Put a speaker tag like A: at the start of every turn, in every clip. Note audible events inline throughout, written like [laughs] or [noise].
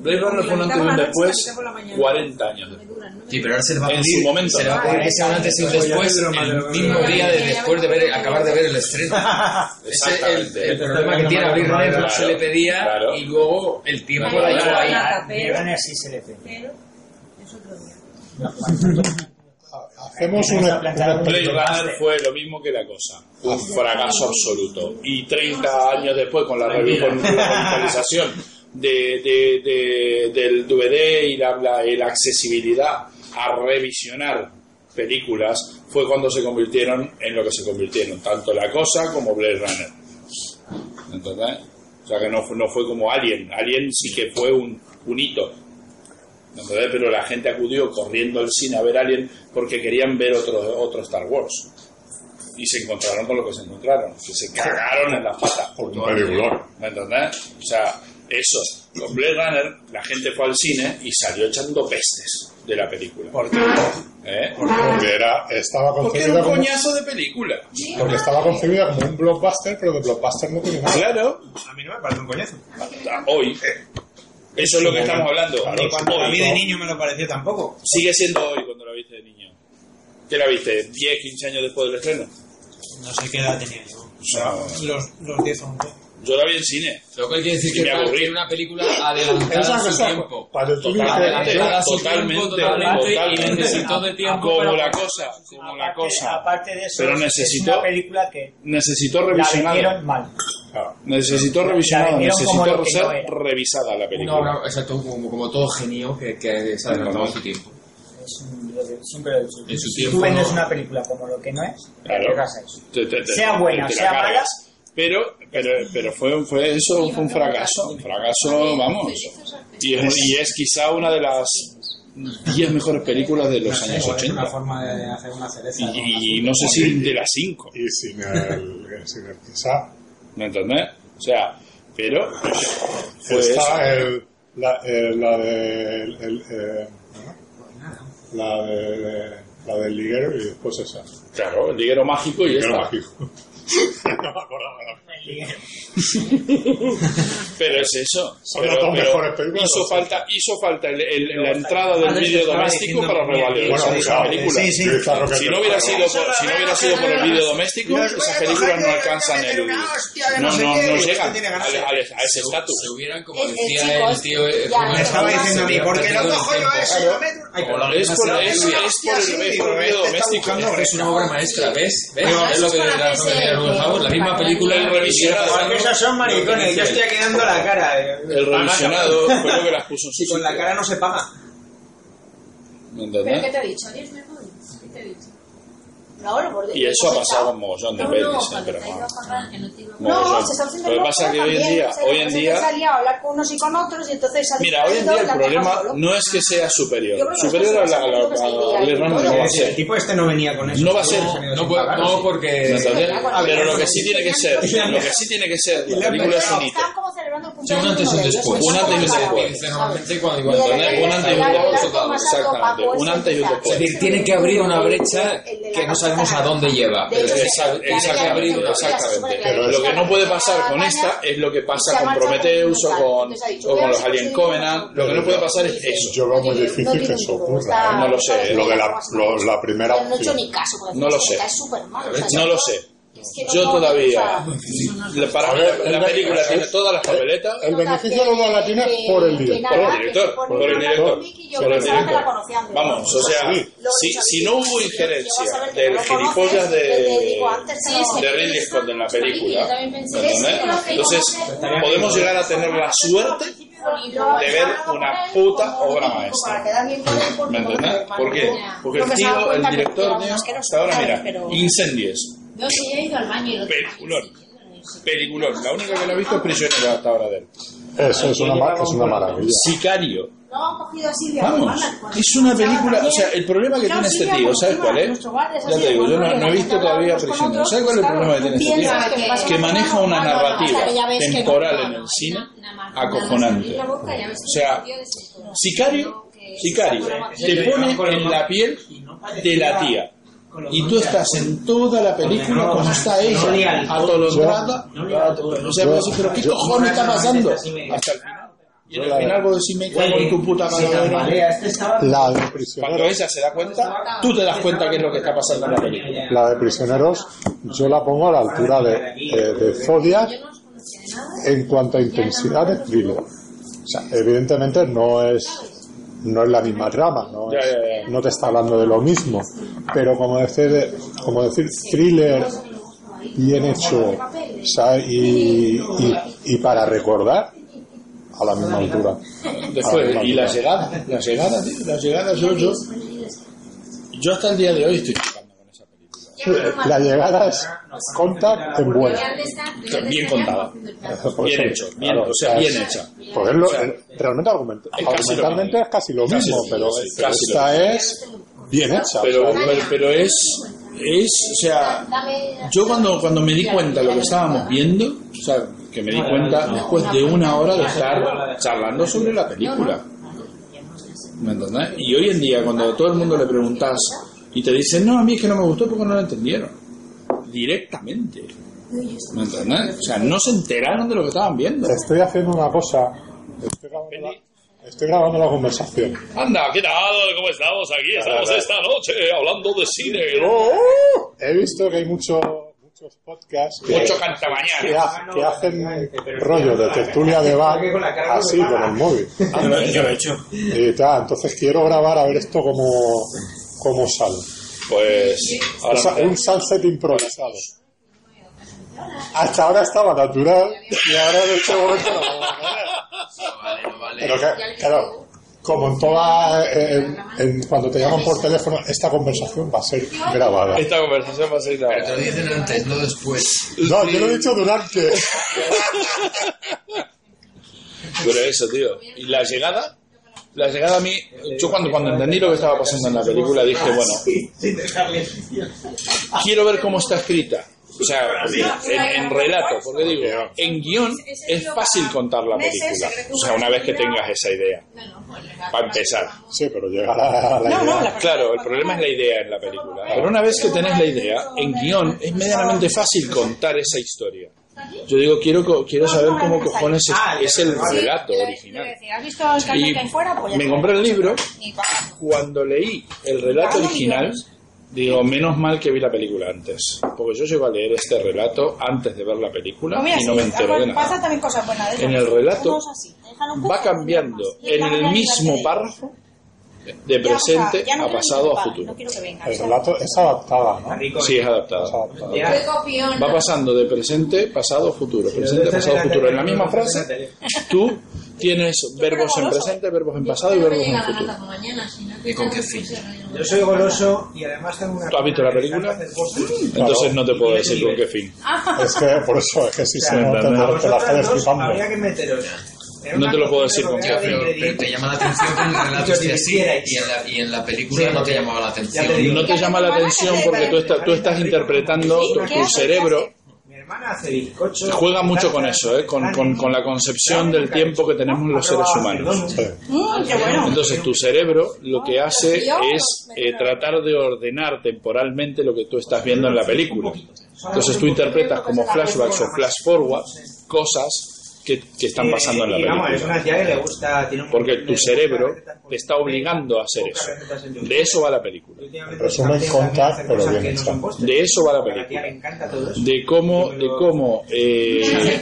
A: Blade Runner fue un antes y un después, 40 años después.
B: Sí, pero ahora se le va a
A: En
B: pedir-
A: su momento.
B: Se le va a pedir que sea un antes y un después el mismo día de después de ver, acabar de ver el estreno. Ese es el,
A: Exactamente.
B: el problema que tiene abrir Runner
A: Claro,
B: se le pedía
A: claro.
B: y luego el tiempo
A: Claro.
B: la llevó ahí.
C: Claro.
D: sí se le pega.
C: Pero es otro día.
E: Hacemos una- una
A: Blade Runner fue lo mismo que la cosa. Un fracaso absoluto. Y 30 años después, con la revi- con la revitalización de, de- de- del DVD y la, la- y la accesibilidad a revisionar películas, fue cuando se convirtieron en lo que se convirtieron. Tanto la cosa como Blade Runner. ¿Entendés? O sea que no fue, no fue como Alien. Alien sí que fue un, un hito. ¿Entendés? Pero la gente acudió corriendo al cine a ver Alien porque querían ver otro, otro Star Wars. Y se encontraron con lo que se encontraron, que se cagaron en las patas. Por
F: Un peliculón.
A: ¿Me entendés? O sea, eso. Con Blade Runner, la gente fue al cine y salió echando pestes de la película.
B: Porque,
A: ¿Eh?
F: Porque era, estaba
A: Porque era
F: concebida
A: un
F: como,
A: coñazo de película.
F: porque estaba concebida como un blockbuster, pero de blockbuster no tiene nada.
A: Claro,
E: A mí no me parece un coñazo.
A: hasta hoy.
F: Eh,
A: Eso es lo que estamos hablando.
E: Ni cuando a mí de
A: Hoy.
E: niño me lo pareció tampoco.
A: Sigue siendo hoy cuando la viste de niño. ¿Qué la viste? ¿10, 15 años después del estreno?
E: No sé qué edad tenía yo.
A: O sea,
E: Los, los 10 o 11.
A: yo la vi en cine.
B: lo cual quiere decir
A: Y
B: que
A: me
B: Val
A: aburrí.
B: tiene una película
F: Esa
B: adelantada a su
F: cosa,
B: tiempo.
F: Cuando tú dices,
A: Totalmente,
B: Adelantada a su
A: totalmente,
B: tiempo, totalmente,
A: totalmente.
B: y necesitó de tiempo
A: Como
B: para-
A: la cosa, como la cosa.
D: Aparte de eso,
A: Pero
D: es-
A: necesitó-
D: es una película que
A: Necesitó
D: la
A: revisionada.
D: vendieron mal.
A: Claro, Necesitó revisionada,
D: vendieron como
A: necesitó
D: lo que
A: ser
D: no era.
A: revisada la
B: No,
A: película.
B: no, exacto, como, como todo genio que, que se adelantó a su tiempo.
D: Es un- lo que siempre lo he dicho.
B: En su
D: Si tú
B: tiempo,
D: vendes
B: no.
D: una película como lo que no es,
A: Claro.
D: te pasa eso.
A: Te- te- te-
D: Sea buena,
A: te la
D: sea
A: cargas.
D: mala.
A: Pero, pero, pero fue, fue eso, fue un fracaso. Un fracaso, vamos. Y es, y es quizá una de las 10 mejores películas de los años 80.
E: Una forma de hacer una cereza. ¿no?
A: y, y no sé si de las 5,
F: y sin el, eh, sin el quizá,
A: ¿me entendés? O sea, pero pues, fue eso.
F: está el, la, eh, la de, el, el, eh, la de, la del liguero y después esa.
A: claro, el liguero mágico y
F: Liguero
A: esta.
F: mágico. no me acordaba la
A: Pero es eso.
F: Son las
A: Pero,
F: dos
A: pero
F: mejores películas.
A: hizo falta, hizo falta el- el- la entrada del
E: Antes
A: vídeo
E: estaba
A: doméstico
E: diciendo
A: para
E: que-
A: revalorizar
F: Bueno,
A: esa
F: claro.
A: película.
E: Sí, sí.
F: Sí, claro que
A: Si no
F: sí.
A: hubiera sido por, si no hubiera sido por el vídeo doméstico, esas películas no alcanzan el no, no, no llegan al- al- a ese
B: Se
A: estatus.
B: hubieran, como
C: Eh, eh,
B: decía el
C: chicos,
B: tío, eh,
C: ya,
B: como
E: Me estaba diciendo a mí,
B: se
E: ¿por qué
B: había
E: los
B: perdido
E: ojos
B: el
E: no
B: tiempo.
E: es? No me- Ay, ¿eh?
B: Como la-
E: pero
A: Es por,
E: demasiado-
A: es, es por el, es por el vídeo
E: Este está
A: doméstico.
E: buscando
B: Es una obra maestra, ¿ves? ¿Ves?
C: Pero-
B: es lo que le da a La misma película
A: El revisionado.
E: Porque esos son maricones, yo estoy quedando la cara. eh.
A: El revisionado fue lo que las puso en
E: [laughs]
A: su
E: Si con la
A: sitio.
E: cara no se paga.
A: ¿Me
C: ¿Pero
A: entendés?
C: qué te he dicho? ¿Diez mejores? ¿Qué te he dicho? No, bueno, por
A: Y eso ha
C: por-
A: pasado con mogollón de
C: no,
A: pelis,
C: no,
A: eh,
C: cuando
A: pero
C: estáis
A: vamos.
C: los jornales que no tienen-
A: Mogollón.
C: No, se están haciendo
A: Lo que
C: locos
A: pasa que hoy en
C: también,
A: día-
C: o sea,
A: hoy en
C: pues
A: día-
C: se han liado a hablar con unos y con otros y entonces han
A: Mira, hoy en día el
C: la han
A: problema
C: dejado solo.
A: no es que sea
C: Yo
A: superior.
C: creo que
A: Superior a la, a la,
C: nosotros hacemos
A: a
C: lo que se diga.
A: Blade Runner no va a
E: El
A: ser.
E: tipo este no venía con eso.
A: No va a ser.
B: No, no, puedo- no, porque...
A: ¿Me entendés?
C: claro,
A: Pero lo
C: claro.
A: que sí tiene que ser, lo que sí tiene que ser, la película es un hito.
C: Están como celebrando el
B: Sí, un
C: cumpleaños
B: antes y un
C: de ellos,
B: después.
C: pues
A: Un
C: son
A: antes y un
C: como
A: después.
C: árabes,
B: Normalmente cuando
C: ¿sabes?
A: Internet,
C: Y de
B: igual
C: repente
A: un antes y un
C: ya
A: después,
C: hablar con más
A: total,
C: alto,
A: exactamente,
C: papo,
A: un antes y un
C: etcétera.
A: después.
B: Es decir, tiene que abrir una brecha
C: El de la
B: que no sabemos a dónde lleva.
C: De hecho, se-
A: Exact-
C: la-
A: exactamente,
C: la-
A: exactamente.
C: la-
A: Pero lo que no puede pasar con esta es lo que pasa con Prometheus o con, o con los Alien Covenant. Lo que no puede pasar es eso.
F: Yo veo muy
C: No tiene- no
F: difícil que
C: tiene
F: eso
C: ningún
F: ocurra.
C: problema.
A: No
F: ¿eh?
A: lo sé,
F: Lo de la, lo- la primera
C: No he hecho
F: opción.
C: ni caso. porque
A: No lo
C: está-
A: sé.
C: Es súper malo.
A: No lo sé. Yo todavía. la- Para mí, la película tiene todas las papeletas.
F: El beneficio lo va a la tina por el director.
A: Por el director, por el director, por el director. Vamos, o sea, si, si no hubo injerencia del gilipollas de, de Ridley Scott en la película, ¿entendés? entonces podemos llegar a tener la suerte de ver una puta obra maestra. ¿Me entendés? ¿Por qué? Porque el tío, el director, tío, hasta ahora, mira, incendies,
C: No, sí, he ido al baño y lo
A: Peliculón. peliculón, la única que la he visto es prisionera hasta ahora de él.
F: Eso es una, ma- es una maravilla.
A: Sicario.
C: No, han cogido así de
A: Vamos, es una película, o sea, el problema que tiene este tío, ¿sabes cuál es? Ya te digo, yo no, no he visto todavía Prisionero. ¿Sabes cuál es el problema que tiene este tío? Que maneja una narrativa temporal en el cine acojonante. O sea, Sicario, Sicario, te pone en la piel de la tía. Y tú estás en toda la película como está ella, atolondrada. O sea, pues, pero ¿qué cojones está pasando? Hasta el final. Y en el final vos decís, me cago en tu puta madre.
E: Tambalea, este estaba...
F: La de
A: Cuando
F: prisioneros,
A: ella se da cuenta, tú te das cuenta qué es lo que está pasando en la película.
F: la de prisioneros, yo la pongo a la altura de, de- de Zodiac en cuanto a intensidad de thriller. O sea, evidentemente no es no es la misma trama, no,
A: Ya,
F: es-
A: ya, ya.
F: no te está hablando de lo mismo, pero como decir, como decir thriller bien hecho o sea, y, y- y para recordar a la misma altura.
A: Después, y la llegada, la llegada, tío, la llegada, yo, yo, yo hasta el día de hoy estoy chocando con esa película.
F: La llegada es contact en vuelo.
A: Bien contada.
F: Por
A: Bien
F: eso,
A: hecho, bien,
F: claro,
A: o sea, bien
F: es-
A: hecha.
F: Pues es lo- realmente argumento-
A: Es casi lo
F: argumentalmente
A: mismo.
F: es casi lo
A: Casi
F: mismo,
A: lo mismo,
F: pero,
A: sí,
F: pero
A: casi lo
F: esta es bien hecha.
A: Pero,
F: o sea,
A: pero- pero es, es, o sea, yo cuando, cuando me di cuenta de lo que estábamos viendo, o sea, que me di cuenta después de una hora de estar charlando sobre la película. ¿Me entendés? Y hoy en día, cuando a todo el mundo le preguntas y te dicen, no, a mí es que no me gustó porque no lo entendieron. Directamente. ¿Me entendés? O sea, no se enteraron de lo que estaban viendo.
F: estoy haciendo una cosa. Estoy grabando la, estoy grabando la conversación.
A: Anda, ¿qué tal? ¿Cómo estamos? Aquí estamos esta noche hablando de cine.
F: He visto que hay mucho, muchos podcasts que,
A: Mucho eh,
F: que
A: cantamañana.
F: ha- que hacen rollo de
A: eh,
F: tertulia de bar así con el móvil.
A: Yo lo he hecho.
F: Y tal, entonces quiero grabar a ver esto como, como sale.
A: Pues ahora
F: Sa- un sunset improvisado. Hasta ahora estaba natural y ahora en este momento no vamos a poner. Pero que- claro, como en toda. eh, en- en- cuando te llaman por teléfono, esta conversación va a ser grabada.
A: esta conversación va a ser
B: Te
A: grabada.
B: lo dicen antes, no después.
F: No, yo lo he dicho durante.
A: Pero eso, tío. ¿Y la llegada? La llegada a mí, yo cuando, cuando entendí lo que estaba pasando en la película dije, bueno,
E: Sin [laughs] dejarle...
A: quiero ver cómo está escrita. O sea, en, en relato, porque digo, en guión es fácil contar la película. O sea, una vez que tengas esa idea,
C: pues,
A: para empezar.
F: Sí, pero llegará a la idea.
A: Claro, el problema es la idea en la película. Pero una vez que tenés la idea, en guión es medianamente fácil contar esa historia. Yo digo, quiero, co- quiero saber cómo cojones es, es el relato original.
C: ¿Has visto el cartel
A: Y
C: que hay fuera? Pues ya
A: me
C: está.
A: compré el libro.
C: Ni pa-
A: Cuando leí el relato original, digo, menos mal que vi la película antes. Porque yo llego a leer este relato antes de ver la película
C: No, Pues mira,
A: y no
C: sí,
A: me entero de
C: algo- Pasa
A: nada.
C: también cosas buenas. de eso.
A: En el relato
C: Unos así, dejan un poco,
A: Va cambiando
C: otros más.
A: en el mismo párrafo de presente
C: Ya, o sea, ya no
A: a
C: quiero
A: pasado
C: que
A: a
C: me
A: futuro.
C: No quiero que venga. o
F: El
C: sea,
F: relato es adaptada, ¿no?
E: Rico.
A: Sí, es
F: Es
A: adaptado.
F: adaptada.
E: Ya.
A: Va pasando de presente, pasado, futuro.
E: Este
A: Presente, pasado, futuro. En la misma frase, tú tienes verbos en presente, verbos en pasado y verbos en futuro.
B: ¿Y con qué fin?
E: Yo soy goloso y además tengo una...
A: ¿Tú has visto la película? Entonces no te puedo decir con qué fin.
F: Es que por eso, es que si se
A: Claro,
F: no, te,
A: claro.
F: te la estás flipando.
E: habría que meteros. En
A: No
E: una
A: te lo puedo decir
E: cocina
A: con
E: rodeada
A: qué,
E: de
B: Pero, pero
E: ingredientes.
B: te llama la atención que el relato esté así y en la, y en la película
E: Sí.
B: no te llamaba la atención.
E: Ya te digo.
A: No te llama la atención porque tú, está- tú estás interpretando, tu, tu cerebro
E: Mi hermana hace bizcocho.
A: juega mucho con eso, ¿eh? con, con- con la concepción del tiempo que tenemos los seres humanos.
F: Sí.
C: Mm, qué bueno.
A: Entonces tu cerebro lo que hace es eh, tratar de ordenar temporalmente lo que tú estás viendo en la película. Entonces tú interpretas como flashbacks o flash forwards cosas que, que están pasando en la
E: Eh, es
A: película.
E: una tía que le gusta... Tiene un
A: Porque
E: montón
A: tu
E: de-
A: cerebro
E: recetas
A: te está obligando a hacer eso. De eso va la película.
E: últimamente
F: Resumen,
E: están haciendo
F: contar,
A: Ah,
E: hacer
F: pero
E: cosas
F: bien
E: que no
F: hecho.
E: son postres.
A: De eso va la
E: A la tía
A: película.
E: le encanta todo eso.
A: de cómo, de cómo eh,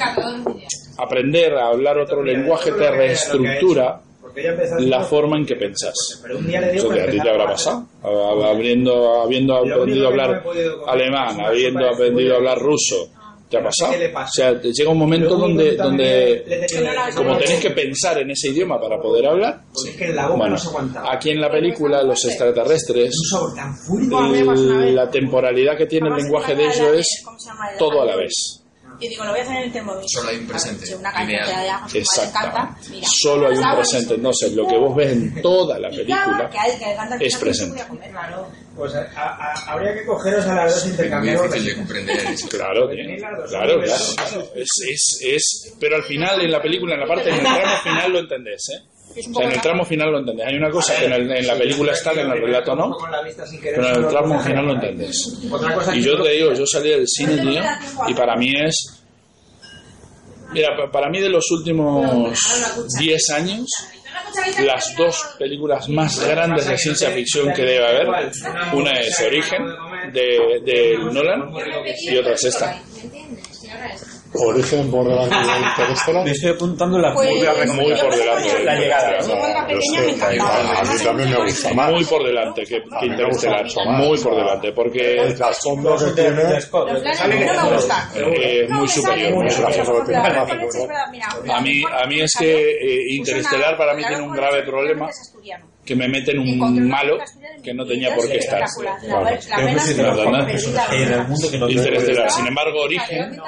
A: aprender a hablar otro
E: Mira,
A: lenguaje
E: yo
A: te
E: creo que lo que ha
A: reestructura
E: hecho, porque ella
A: la
E: empezó haciendo-
A: forma en que pensás.
E: Pero un día le dio
A: Eso
E: por
A: que a ti te
E: empezar
A: habrá
E: a-
A: pasado, a- habiendo, habiendo
E: único
A: aprendido a
E: que no
A: hablar
E: he podido comer es
A: alemán,
E: una
A: habiendo
E: sopa de
A: aprendido a
E: cebolla.
A: hablar ruso. ¿Te ha pasado?
E: ¿Qué le
A: O
E: pasa?
A: sea, te llega un momento
E: Lo único
A: donde,
E: que también le
A: donde
E: tenía que dar-
A: como tenés que pensar en ese idioma para poder hablar,
E: Porque Pues es que en la boca
A: bueno,
E: no se aguantaba.
A: aquí en la película los extraterrestres,
E: Un sabor tan
C: No,
E: fúrico.
C: hablemos una vez.
A: la temporalidad que tiene el lenguaje de ellos es
C: ¿Cómo se llama el-
A: todo a la vez.
C: Y digo, lo voy a hacer en el Thermomix.
B: Solo hay un presente,
C: Ah, sí, Una canción
B: ideal.
C: que la de Ajo, que me encanta.
A: Exactamente.
C: Mira,
A: Solo hay un
C: sábado,
A: presente. No sé, lo que vos ves
C: [laughs]
A: en toda la
C: y cada
A: película
C: que hay- que canta el
A: es
C: final,
A: presente.
C: voy a comer.
E: Pues a- a- habría que cogeros a las dos e
B: Es muy
E: intercambiaros.
B: difícil de comprender eso.
A: Claro, bien. claro, claro, claro. Es, es, es, pero al final, en la película, en la parte, en el
C: [laughs]
A: tramo final lo entendés, ¿eh?
C: Es un
A: O
C: poco
A: sea, en el tramo final lo entendés. Hay una cosa que en, el- en la película está, que en el relato no,
E: Con la vista sin querer,
A: pero en el
E: solo
A: tramo
E: coger.
A: final lo entendés.
E: Otra cosa
A: Y
E: que
A: yo te digo, yo salí del cine, tío, y para mí es... Mira, pa- para mí de los últimos 10 años,
C: Una cucharadita que
A: las
C: tenga-
A: dos películas más grandes de ciencia ficción que debe haber, una es Origen, de, de Nolan, y otra es esta.
C: ¿Me entiendes? Y ahora es-
F: Origen por delante de
E: [laughs]
F: Interestelar.
G: Me estoy apuntando la
C: Pues,
G: película
A: muy por delante de
G: La llegada.
C: Yo cuando era pequeña me
F: Yo
C: encantaba.
F: estoy- a mí también me gusta más.
A: Muy por delante que, que Interestelar, muy por delante, porque
F: El trasfondo que tiene.
C: Los planes no me gustan.
A: eh, es muy superior.
C: No me
F: mucho
C: sale,
F: más
C: mucho
F: sobre
C: más.
F: tema.
C: Con leche, es verdad, mira,
A: A mí, a mí es que eh, Interestelar para mí tiene un grave problema que me meten un malo que no tenía por qué estar.
G: en el mundo que no
A: Interestelar. Sin embargo, Origen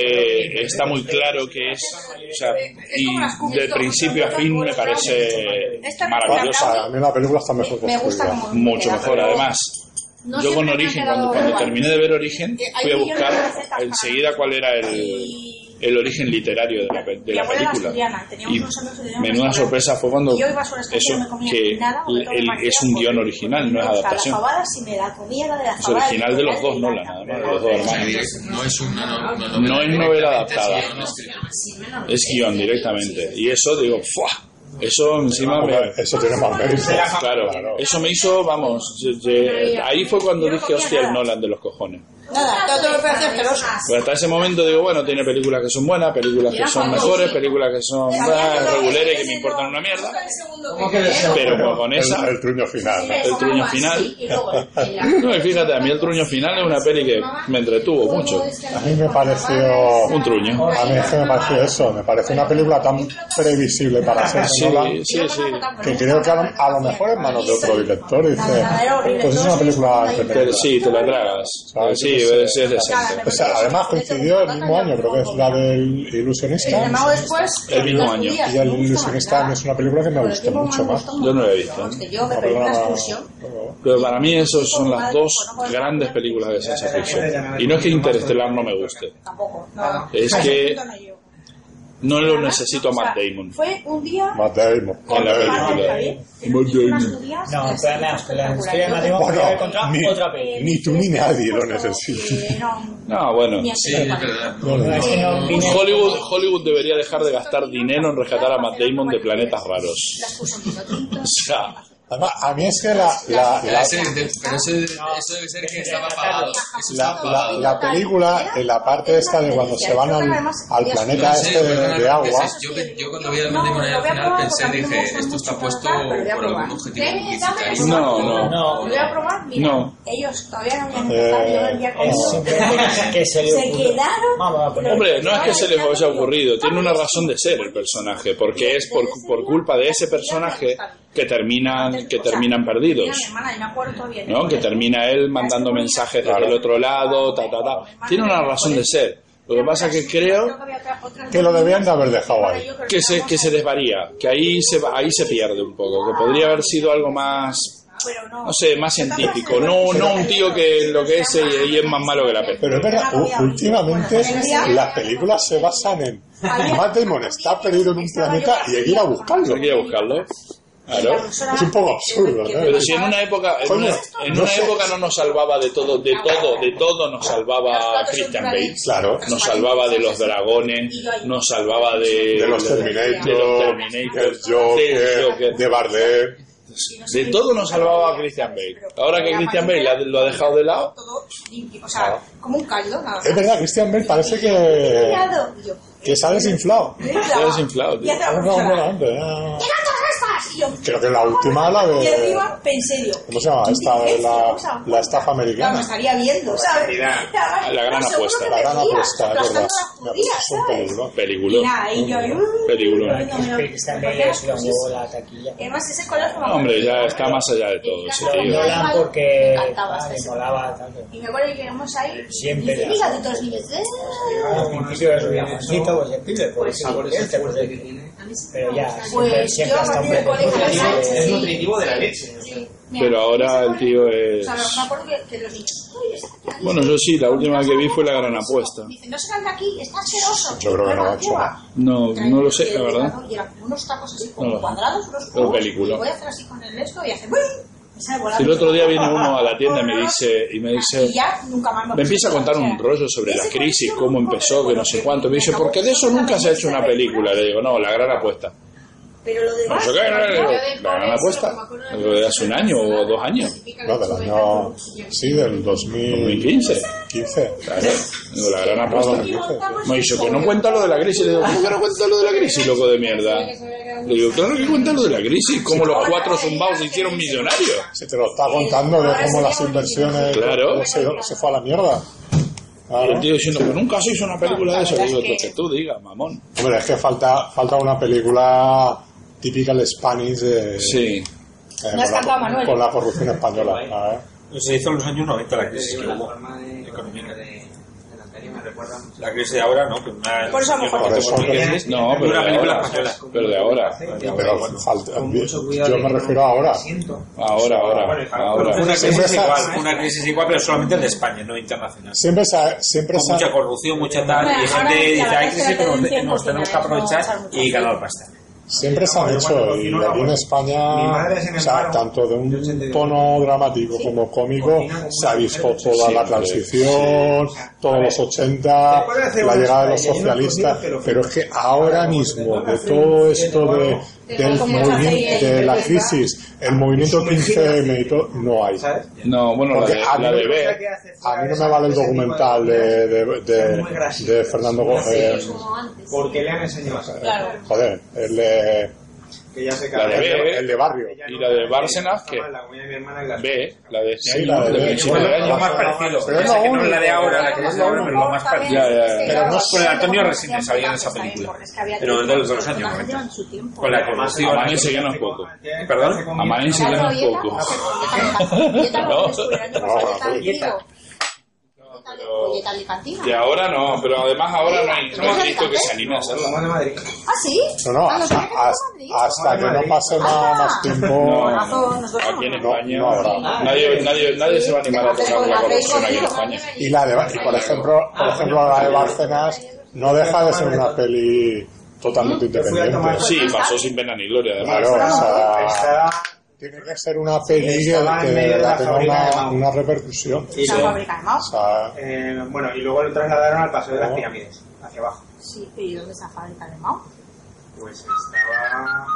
A: eh, está muy claro que es, o sea, y de principio a fin me parece
F: Ah,
A: maravillosa,
F: A mí la película está mejor
C: Me gusta
F: construida.
C: como
A: mucho mejor. Además, yo con Origen, cuando, cuando terminé de ver Origen, fui a buscar enseguida cuál era el, el origen literario de la, pe- de la película. Y menuda sorpresa fue cuando
C: Y yo iba a su restaurante y no me
A: eso,
C: comía
A: que
C: nada, porque todo
A: el-
C: me
A: es un
C: parecía
A: guión
C: horrible.
A: original, no es
C: Me gusta
A: adaptación.
C: La fabada si me la comía, la de la
A: Es
C: fabada,
A: original de los dos
C: original la
A: Nolan,
C: fabada.
A: además, de los dos hermanos.
B: No es una no- una novela.
A: No es novela adaptada,
B: sino escrita.
A: Es guión directamente. Y eso, digo, ¡fua! Eso encima me...
F: Hombre, Eso
A: [laughs]
F: tiene más mérito.
A: Claro, eso me hizo, vamos, ye- ye- ahí fue cuando dije, hostia, el Nolan de los cojones.
C: Nada, todo lo que parece asqueroso.
A: Pues hasta ese momento digo, bueno, tiene películas que son buenas, películas que son mejores, películas que son bah, regulares, que me importan una mierda.
E: ¿Cómo que deseo?
A: Pero con
F: El,
A: esa,
F: el truño final.
A: el truño final. [laughs] No, y fíjate, a mí el truño final es una peli que me entretuvo mucho.
F: A mí me pareció.
A: Un truño.
F: A mí es que me pareció eso. Me pareció una película tan previsible para ser
A: Sí,
F: Nolan.
A: sí, sí.
F: Que creo que a lo, a lo mejor en manos de otro director. Dice, pues es una película
A: Te-
F: entretenida.
A: sí, te la tragas. Sí, es, es decente.
F: O sea, además coincidió el mismo año, creo que es la del ilusionista.
C: Llamado después.
A: El mismo
C: las
A: año.
C: judías,
F: Y el
C: no me gusta
F: ilusionista a mí
C: nada.
F: es una película que me
C: Por el
F: gustó
C: tiempo
F: mucho
C: me
F: más.
C: gustó un
A: Yo no la he visto,
C: montón. Es que yo me perdí una excursión.
A: Pero para mí esas son las dos grandes películas de ciencia ficción. Y no es que Interestelar no me guste.
C: Tampoco. No.
A: Es
C: A ese
A: que-
C: punto no llego.
A: No lo necesito a
C: O sea,
A: Matt Damon.
C: Fue un día
F: Matt Damon.
C: con
A: la
C: mi
A: película.
C: madre, Javier, que nos
A: Matt
C: hizo unas
A: Damon.
C: judías
D: No,
C: las-
D: pero la, la historia de
C: Yo-
D: Mateo
F: Bueno,
D: podría haber encontrado
F: ni-
D: otra película.
C: eh,
F: Ni tú ni nadie lo
C: que
F: necesitas.
C: era un-
A: No, bueno.
C: ni antes
B: Sí, es
C: ni después.
B: verdad.
F: No, no,
D: Es que no
C: Eh,
D: vine-
A: Hollywood, Hollywood debería dejar de gastar dinero en rescatar a Matt Damon de planetas raros.
C: Las puso en pilotito.
A: O sea,
F: Además, a mí es que la, la,
B: Pero
F: la,
B: ese- de- pero ese- eso debe ser que estaba pagado. Eso
F: la,
B: estaba
F: la-
B: pagado.
F: la película, en la parte esta de cuando se van al, al planeta
B: No sé,
F: este
B: perdona,
F: de, de agua,
B: es- Yo, yo cuando vi el Matt Damon ahí al final pensé, dije, esto está puesto por algún objetivo publicitario.
A: No, no.
D: No,
C: Lo voy a probar, mira,
A: No. Eh,
C: ellos todavía no habían empezado, yo vendía con-
D: es simplemente una cosa que se
C: [laughs]
D: le
C: Se
D: ocurre.
C: quedaron.
D: Vamos a poner-
A: hombre, no es que se les haya ocurrido, tiene una razón de ser el personaje, porque es por, por culpa de ese personaje que terminan, eh, que terminan perdidos.
C: Mira, mi hermana, y me acuerdo todavía.
A: ¿no? Que termina él mandando mensajes desde el otro lado, ta, ta, ta. Tiene una razón de ser. Lo que pasa que creo
F: que lo debían de haber dejado ahí.
A: que se, que se desvaría, que ahí se, va- ahí se pierde un poco, que podría haber sido algo más,
C: Pero no.
A: no sé, más científico, no, no un tío que enloquece y, y es más malo que la peste.
F: Pero es verdad, u- últimamente las películas se basan en Matt Damon está perdido en un planeta y hay que ir a buscarlo.
A: Hay que ir a buscarlo. Claro.
F: Es un poco absurdo, ¿no?
A: Pero si en una época, en
F: Coño,
A: una, en
F: no
A: una
F: sé.
A: época no nos salvaba de todo, de todo, de todo nos salvaba Christian Bale.
F: Claro.
A: Nos salvaba de los dragones, nos salvaba de,
F: De los
A: de los
F: Terminator,
A: Terminator,
F: del Joker,
A: Joker.
F: de Bardem.
A: De todo nos salvaba Christian Bale. Ahora que Christian Bale la- lo ha dejado de lado,
C: Todo limpio, o sea, como un caldo. nada más.
F: Es verdad, Christian Bell parece que,
C: Caldo. Y yo,
F: que sale desinflado.
C: ¿eh?
A: se ha desinflado, tío.
C: Y hace-
F: ¿eh? Ah, no, no, no, no, no.
C: ¡Tantas
F: Creo que la última, la
C: Y
F: de.
C: arriba pensé yo.
F: ¿Cómo se llama?
C: ¿qué
F: Esta,
C: dices? O sea,
F: la, la estafa
C: la me
F: americana.
C: estaría viendo, ¿sabes? [laughs]
A: Mira, la gran
C: Seguro
A: apuesta.
C: que
F: La
C: me
F: gran
C: veía
F: apuesta, es
C: aplastando
F: verdad.
C: las
F: Ya, pues,
C: judías,
F: Es un
C: ¿sabes?
F: peligro.
C: Y
A: Peliculón.
C: nada, ahí yo, uh,
A: Peliculón.
C: no me lo-
D: Que están
C: porque
D: medio
C: era
D: suda un
C: famosísimo.
D: huevo la taquilla.
C: Además, ese color fue
A: Hombre, ya está más allá de todo ese
D: Lo
A: tío.
D: violan
C: Me
D: porque
C: encantaba
D: ah,
C: este
D: me molaba tanto.
C: Y me acuerdo que llegamos ahí.
D: Siempre
C: Y dice,
D: la-
C: mira, de todos los niños. "Eh".
D: Al principio es un llamoncito, pues el pibe,
C: Pues
D: pues
C: sí.
D: el que tiene. Pero ya, siempre,
C: Pues
D: siempre
C: yo a
D: hasta un
C: partir del colegio
D: poco
C: de Sánchez,
D: de-
C: sí,
E: nutritivo de la
C: sí,
E: leche, o
C: sí.
E: sea.
C: Mira, pues
A: Pero ahora el tío
C: O
A: es.
C: sea, me acuerdo que, que los niños. "Uy, está aquí".
A: Bueno, yo sí, la última que vi fue la gran apuesta.
C: Dice, no salgan de aquí, está asqueroso.
F: Yo creo que no,
C: Prueba,
F: macho.
C: prueba.
A: No, no lo sé,
C: Y
A: la
C: el
A: verdad.
C: pecado, Y eran unos tacos así
A: No
C: como
A: lo sé.
C: cuadrados, unos
A: Pero
C: cubos,
A: película.
C: y voy a hacer así con el esto y hace ¡Uy! Me sale
A: Si
C: volando.
A: el otro día viene uno a la tienda y me dice, y me dice,
C: Y ya nunca más
A: me empieza a contar un rollo sobre la crisis, cómo empezó, que no sé cuánto. Me dice, porque de eso nunca se ha hecho una película. Le digo, no, la gran apuesta.
C: Pero lo demás.
A: ¿Eso qué?
C: ¿verdad?
A: Le digo, La gran apuesta. Le digo, de hace un año o dos años,
F: No, del año. Sí, del 2015.
A: 2015. Claro. Digo, la gran apuesta. Me dice, que no cuenta lo de la crisis. Le digo, ¿cómo que no cuenta lo de la crisis, loco de mierda? Le digo, claro que cuenta lo de la crisis, cómo los cuatro zumbados se hicieron millonarios.
F: Si te lo está contando de cómo las inversiones
A: Claro.
F: se, se fue a la mierda.
A: Y el
F: Claro.
A: tío diciendo, que nunca se hizo una película de eso. Le digo, lo que tú digas, mamón.
F: Hombre, es que falta, falta una película típica del Spanish de,
A: Sí.
F: eh,
C: No has
F: con,
C: cantado,
F: la,
C: Manuel.
F: con la corrupción española. a ver.
G: Se hizo en los años 90 la crisis que
E: La
G: hubo.
E: forma de económica de, de la tarea me recuerda mucho.
G: La crisis de ahora, ¿no? Que una,
C: Por eso a lo mejor-
G: Por eso,
F: Por eso.
G: crisis,
A: No, pero
G: una
A: de
G: película
A: ahora.
G: española.
A: Pero de ahora.
F: Pero falta, yo me refiero a ahora.
E: Siento.
A: Ahora, ahora,
G: Una
A: ahora.
G: crisis
F: Siempre está-
G: igual, una crisis igual, pero solamente en España, no internacional.
F: Siempre se, siempre
G: Con
F: se,
G: mucha corrupción, mucha tal,
C: Bueno,
G: y
C: ahora
G: gente dice,
C: la
G: hay
C: verdad es que
G: crisis, pero
C: la
G: nos-
C: tendencia
G: nos tenemos que
C: es no echar
G: aprovechar
C: mucho
G: y ganar
C: tiempo.
G: pasta.
F: siempre se han hecho, y aquí en España, o sea, tanto de un tono dramático como cómico, se avisó toda la transición, todos los 80, la llegada de los socialistas, pero es que ahora mismo, de todo esto de, del movimiento, de la crisis, el movimiento 15M y todo, no hay.
E: ¿Sabes?
A: No, bueno, la
F: Porque
A: de,
F: a mí
A: la
F: no
A: de
F: me
A: B.
F: A mí no me vale el documental de, de, de- de Fernando Go- eh,
E: Porque le han enseñado a saber.
C: Claro.
F: joder, el de,
E: Que ya se
A: La de
E: cae.
A: B.
F: el de Barrio.
E: Que ya
A: Y
E: no-
A: la de Bárcenas, que
E: La comida de mi hermana y la-
A: B, la de este
F: Sí,
A: año,
F: la de
A: de
F: B.
A: principio de
F: Bueno,
A: año.
F: la más
G: parecido.
F: Pero
G: Ya
F: es la
G: sé que no es
F: única.
G: la de ahora, la que
F: Es
G: más
F: la
G: de ahora, pero lo más parecido.
A: Ya, ya, ya.
G: Pero no es con el Antonio
C: Resines
G: Resines, había en esa película. Pero es de los años 90. Con la corrupción.
A: Amanece ya no es poco.
G: ¿Perdón?
A: Amanece ya no es poco.
C: Ah, pues,
A: [laughs] De ahora no, pero además ahora no hay, no hay visto que se anime a hacerla.
E: Somos de Madrid.
C: Ah, sí.
F: No, no,
C: Ah, ¿los
F: hasta,
C: viajes
F: hasta-
C: de Madrid? Ah.
F: hasta que no pase nada más tiempo.
A: No.
C: Corazón, nos vemos.
A: Ah, Aquí en
F: No,
A: España
F: no habrá.
A: Ah, nadie, nadie, nadie se va a animar a tocar la corrupción aquí en España.
F: Y, la de, Ba- y por ejemplo, por ejemplo la de Bárcenas no deja de ser una peli totalmente independiente.
A: Sí, pasó sin pena ni gloria,
F: Claro,
A: además.
F: o sea,
E: Estaba-
F: tiene que ser una peli que,
E: Estaba en
F: que
E: medio de la
F: tenga
E: fábrica de
F: una,
E: Mao.
F: una repercusión.
E: y
C: La
E: luego,
C: fábrica de Mao.
F: O sea,
E: eh, bueno, y luego lo trasladaron al paseo de las pirámides, hacia abajo.
C: Sí, ¿y dónde está la fábrica de Mao?
E: Pues estaba.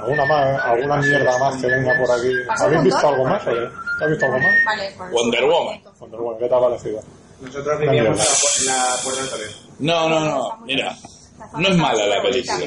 F: alguna, más, alguna mierda más que venga por aquí. ¿Habéis visto algo más? o qué? ¿Has visto algo más?
C: Vale, por eso.
A: Wonder Woman.
C: Ah.
F: Wonder Woman, ¿Qué te ha parecido?
E: Nosotros vivíamos en la, pu- en la puerta de Toledo.
A: No, no, no. Mira, no es mala la película.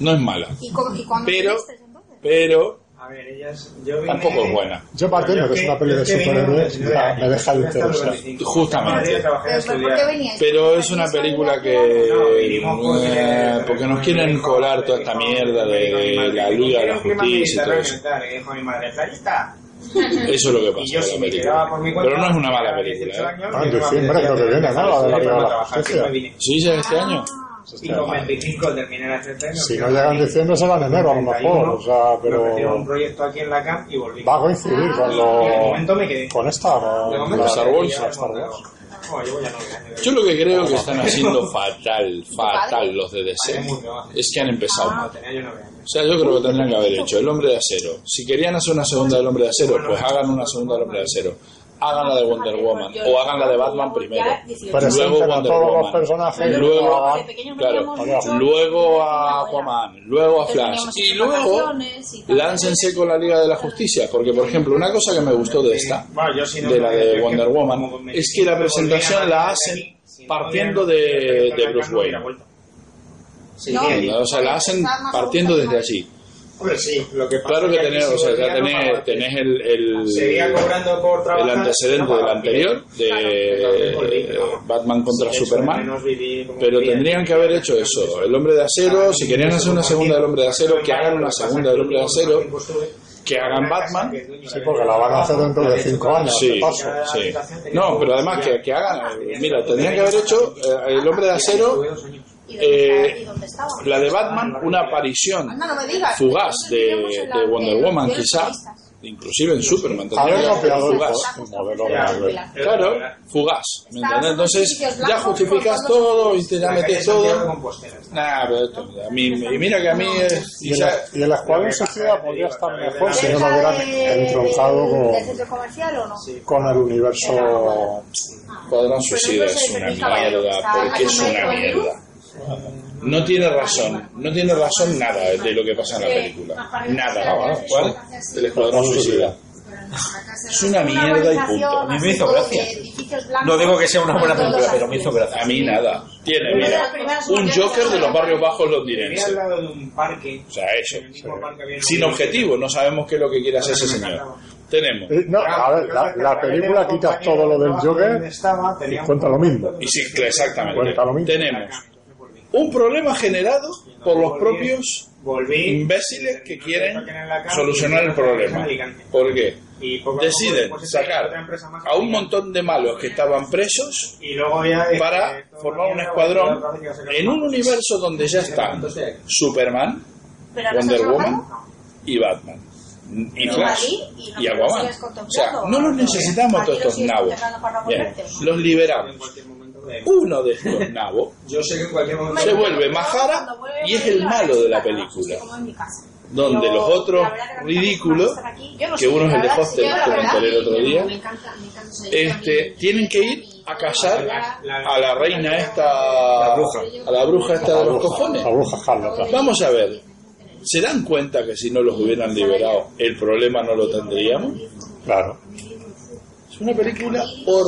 A: No es mala.
C: ¿Y, cómo- y cuándo
A: Pero-
C: viniste, entonces?
A: Pero
E: A ver, ellas. Yo vine-
A: tampoco es buena.
F: Yo partiendo que es una peli de superhéroes, ya me deja ¿eh? de
E: Hasta los
F: interesar.
E: 25.
A: Justamente.
E: Madrid, trabajé en
C: Pero, ¿Por por qué
E: estudiar.
C: veníais?
A: Pero es una película que. eh, porque nos quieren colar toda esta mierda de la lucha de la justicia y todo eso.
E: Y dijo mi madre, "Ahí está".
A: Eso es lo que
E: Y
A: pasa
E: yo
A: con
E: sí
A: la
E: me quedaba por mi
A: película.
E: cuenta.
A: Pero no es una mala
E: a 18
A: película. ¿eh?
E: años,
F: Ah, en
E: yo me
F: diciembre creo que viene, ¿no? La de la Liga de la
E: trabajar,
F: Justicia.
E: yo me vine.
A: ¿Sí, ya este año?
E: Y con 25 terminé la CT.
F: Si no llega en diciembre será en enero a lo mejor, o sea,
E: Me metí a
F: pero
E: un proyecto aquí en la CAM y volví.
F: va a coincidir con
E: Y de momento
F: lo
E: me quedé.
F: con esta
E: De
F: con
E: momento
F: la-
A: Star Wars.
F: la Star Wars.
E: No, yo voy a no ¿eh? voy a-
A: Yo lo que creo que están haciendo fatal, [laughs] fatal Ah, los de DC, es que han empezado mal.
E: Ah, Tenía yo nueve años.
A: O sea, yo creo que tendrían que haber hecho El Hombre de Acero. Si querían hacer una segunda del Hombre de Acero, pues hagan una segunda del Hombre de Acero. Hagan la de Wonder Woman
C: pues
A: o hagan la de Batman primero.
F: Pero
A: Luego
F: sienten a
A: Wonder
F: todos los
A: Woman.
F: personajes
A: Luego,
F: ah,
C: de pequeños
A: claro,
C: veíamos mucho.
A: luego a Aquaman, luego a Flash
C: Teníamos
A: y
C: estas
A: luego
C: vacaciones y tal.
A: láncense con la Liga de la Justicia, porque por ejemplo una cosa que me gustó de esta,
E: Bueno, yo sí no-
A: de la
E: yo es
A: de
E: que
A: Wonder
E: como
A: Woman,
E: me-
A: es que la
E: me
A: presentación
E: volví
A: la
E: a marcar
A: hacen
E: aquí, si no
A: partiendo
E: hubiera-
A: de,
E: si no
A: de
E: hubiera
A: Bruce
E: marcado,
A: Wayne,
E: hubiera vuelto. Sí,
C: No.
E: bien.
A: o sea la hacen partiendo desde allí.
E: Hombre, sí, lo que pasa
A: Claro que
E: es aquí
A: tenés,
E: si
A: o sea, ya
E: volvía, no
A: tenés,
E: pagaba.
A: tenés el, el,
E: Seguía cobrando por trabajar.
A: el antecedente
E: no
A: del
E: pagaba.
A: anterior, de
E: Claro, entonces volví,
A: eh,
E: vamos.
A: Batman contra
E: De hecho, al
A: Superman,
E: menos viví como
A: pero
E: bien.
A: tendrían que haber hecho eso. El hombre de acero, si querían hacer una segunda del hombre de acero, que hagan una segunda del hombre de acero, que hagan Batman.
F: Sí, porque la van a hacer dentro de cinco años.
A: Sí,
F: de paso.
A: sí. No, pero además que, que hagan, mira, tendrían que haber hecho eh, el hombre de acero,
C: ¿Y dónde,
A: Eh,
C: está- y dónde está Wonder
A: la de Batman, una aparición
C: Anda, no me digas.
A: fugaz
C: Nosotros
A: de,
C: vivíamos en la-
A: de Wonder
C: en-
A: Woman,
C: en los
A: quizá,
C: turistas.
A: inclusive en Superman. tendría
F: Haber
A: que haber
F: copiado el
A: fugaz.
F: el modelo de Marvel.
A: Claro, fugaz. ¿me entiendes? Entonces, ya justificas todo, y te ya metes todo. Nah, pero esto, a mí, y mira que a mí es.
F: Y, el, y el Escuadrón Suicida podría estar mejor si no lo hubieran
C: ¿Del
F: entroncado con,
C: centro comercial o no? Eh,
F: con el universo.
A: Cuadrón Suicida es una mierda, porque es una mierda. No tiene razón, no tiene razón nada de lo que pasa en la película. Nada. Ah, ¿Cuál? El Escuadrón Suicida. Es una mierda y punto. A mí
C: me
H: hizo gracia. No digo que sea una buena película, pero me hizo gracia.
A: A mí nada. Tiene, mira, un Joker de los barrios bajos
E: Vivía
A: londinenses.
E: al lado de un parque.
A: O sea, eso.
E: En el mismo parque había-
A: Sin objetivo, no sabemos qué es lo que quiere hacer ese señor. Tenemos.
F: Eh, No, a ver, la, la película quitas todo lo del
E: Joker
F: Joker y cuenta lo mismo.
A: Y sí, que exactamente.
F: Cuenta lo mismo.
A: Tenemos un problema generado por los propios
E: Volví.
A: imbéciles que quieren solucionar el problema. ¿Por qué?
E: Y poco a poco
A: Deciden
E: después se creó
A: sacar
E: otra empresa más
A: a un montón de malos que estaban presos
E: y luego ya, eh,
A: para
E: toda
A: formar un
E: la mierda,
A: escuadrón
E: otra vez iba a sacar
A: en un
E: más.
A: universo donde ya están Superman,
C: Pero ahora
A: Wonder
C: se han
A: Woman
C: bajado.
A: y Batman. Y
C: No,
A: Flash.
C: Dalí, y no
A: Y
C: los
A: Aquaman.
C: sigues
A: O sea,
C: contemplando,
A: no los
C: ¿no?
A: necesitamos
C: Aquí
A: todos
C: los
A: estos
C: sigues
A: nabos.
C: contemplando para
A: Bien,
C: volverte.
A: los
E: En
A: liberamos.
E: cualquier momento de-
A: Uno de estos nabos
E: Yo sé que en cualquier momento
A: se vuelve majara
C: Cuando vuelve
A: y es el
C: la
A: malo de la
C: chica,
A: película.
C: como en mi casa.
A: Donde
C: Pero
A: los otros
C: la verdad que no
A: ridículos,
C: estamos aquí. Yo no
A: que
C: sé,
A: uno es
C: la
A: el de
C: verdad,
A: Hostel,
C: sí, la
A: que
C: verdad,
A: conté el otro
C: sí,
A: día,
C: me encanta, me encanta ese día,
A: este,
C: mi-
A: tienen que ir
C: mi-
A: a casar
E: La- la-
A: a la reina esta,
H: La bruja.
A: a la bruja esta de
F: La
A: los
F: bruja-
A: cojones.
F: La bruja Harlota.
A: Vamos a ver, ¿se dan cuenta que si no los hubieran liberado el problema no lo tendríamos?
F: Claro.
A: Es una película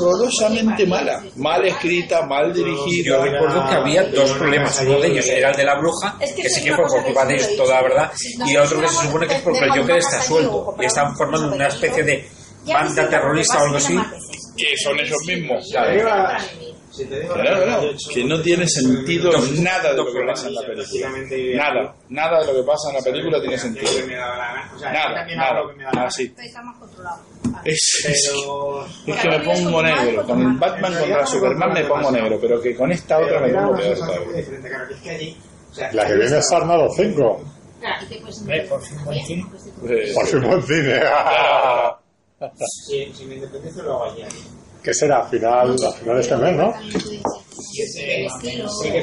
A: horrorosamente mala, mal escrita, mal dirigida.
H: Yo recuerdo que había dos problemas. Uno de ellos era el de la bruja,
C: Es que
H: que
C: eso
H: sí
C: es
H: que
C: una
H: fue
C: cosa
H: por
C: que
H: culpa de
C: siempre he
H: ellos, toda la
C: dicho.
H: verdad.
C: Si
H: Y
C: no,
H: otro que se
C: no,
H: supone que es porque el
C: no,
H: Joker está
C: no,
H: suelto.
C: no,
H: Le están formando una especie de banda terrorista o algo así.
A: Que son ellos mismos.
H: ¿sabes?
E: Si te digo la
A: Claro,
E: verdad,
A: claro,
E: yo he hecho
A: que no
E: mucho
A: tiene
E: tiempo de
A: sentido
E: mi vida.
A: nada de lo que
H: Doctor
A: pasa en la película.
E: Prácticamente vivía
A: Nada, nada de lo que pasa en la
E: aquí.
A: película tiene
E: Hacía lo
A: sentido.
E: que me daba la gana. O sea, yo
A: Nada,
E: también hago lo
A: nada,
E: que me da Eh, la
A: nada
E: gana.
A: así.
C: Está más controlado.
F: Eh,
C: Vale.
A: Es, [laughs] es que-
E: Pero
A: es que me pongo negro. Con el Batman contra Superman me pongo negro, pero que con esta otra me
E: era
A: pongo
E: una
A: peor
E: sensación muy
A: todavía.
E: diferente, claro, que es que allí, o sea,
F: La que viene es Arnado 5.
C: Aquí te
F: eh,
C: puedes
D: Hombre, por fin, buen cine.
G: pues
A: Eh,
F: Por fin buen cine. [laughs]
E: Si, si me independizo lo hago allí.
F: que será? A final, a final de este mes, ¿no?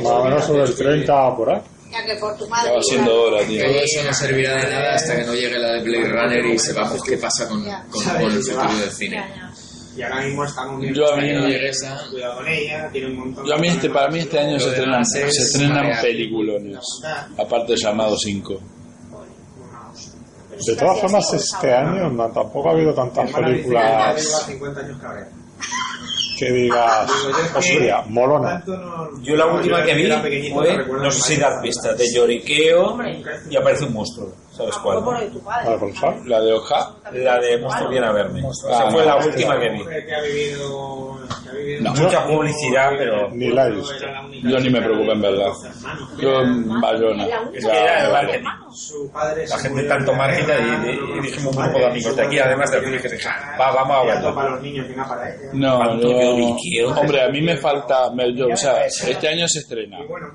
F: Más o menos sobre el 30 por ahí.
C: Ya que por tu madre.
A: Estaba haciendo hora, tío.
B: Todo eso no servirá de nada hasta que no llegue la de Blade Runner y sepamos qué pasa con, con- con el futuro del
G: este
B: cine.
E: Y ahora mismo estamos bien.
A: Yo a
B: Hasta que no
A: mí,
B: llegue esa,
E: Cuidado con ella, tiene un montón
A: yo a mí este, para mí este año se
B: Lo
A: estrenan,
B: demás
A: se
B: es
A: estrenan
B: marear.
A: peliculones. Aparte de llamado 5.
F: De todas formas, este año no, tampoco ha habido tantas películas
E: 50 años que ahora.
F: que digas, hostia, Ah, pues molona.
E: Tanto no-
H: Yo la última
E: yo
H: que
E: era
H: vi
E: pequeñito,
H: fue,
E: recuerdo
H: no
E: que
H: sé
E: me
H: si
E: encantaba.
H: dar pistas, de lloriqueo y aparece un monstruo. ¿Sabes cuál? no?
F: Para pensar.
A: La de Oja.
H: La de monstruo viene a verme.
A: Ah,
H: Esa fue la última que vi.
E: Hombre, que ha vivido. que ha vivido-
A: No.
H: Mucha publicidad, pero...
F: Ni la he visto.
E: Era la única
A: Yo ni me
E: chica
A: preocupo en
E: de
A: verdad.
E: dos hermanos.
A: Yo en Bayona.
H: Era el
A: Ya,
H: marketing.
E: Su padre
H: La
E: se
H: gente
E: murió
H: tanto
E: en la
H: marquita
E: guerra,
H: y-
E: no
H: y dijimos
E: conoce a su
H: un grupo de
E: padre,
H: amigos de aquí, además de los que dije, va, vamos a verlo.
E: Para los niños que no para ella.
A: No,
H: Tanto
A: yo-
H: que quiero.
A: hombre, a mí me falta, me- yo- o sea, este año se estrena
E: Y bueno,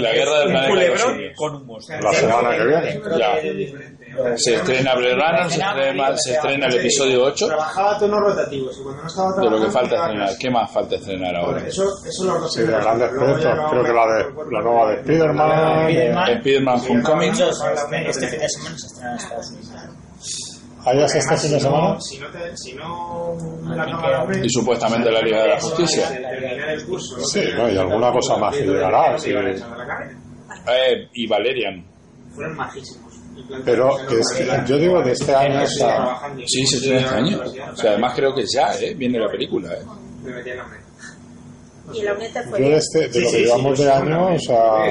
A: La Guerra del
H: Un
A: Planeta de los
H: culebrón
A: Simios.
H: con un monstruo.
F: La semana que viene.
A: Ya.
E: es diferente. O sea,
A: Se estrena Blade Runner, se estrena, se estrena el episodio 8,
E: Trabajaba a tonos rotativos y cuando no estaba
A: de lo que
E: trabajando,
A: falta
E: estaba
A: estrenar. ¿Qué más falta estrenar
E: Por
A: ahora?
E: Eso, eso los dos
F: Sí, de
E: Luego
F: grandes
E: ya
F: proyectos.
E: no-
F: Creo que la, de, la nueva de Spider-Man. eh,
A: Spider-Man Homecoming.
D: Muchos, Este fin de semana se estrena en Estados Unidos.
F: ¿Hay hasta este fin de semana?
E: Si no, te, si no la
D: Así
E: toma la
D: que-
E: red,
A: Y supuestamente la Liga de la Justicia.
E: terminar el curso,
F: Sí,
E: terminar
F: no, y
E: el
F: alguna
E: curso,
F: cosa más que
E: terminar
F: llegará,
E: el curso,
F: sí.
E: iban echando la carrera.
A: Eh, y Valerian.
E: Fueron majísimos.
F: Pero que es- yo digo de este año hasta...
A: Sí, se estrena este año. O sea, además creo que ya, ¿eh? Viene la película, ¿eh?
G: Y la UNED fue
F: Yo de, este, de lo que llevamos de este año, o sea,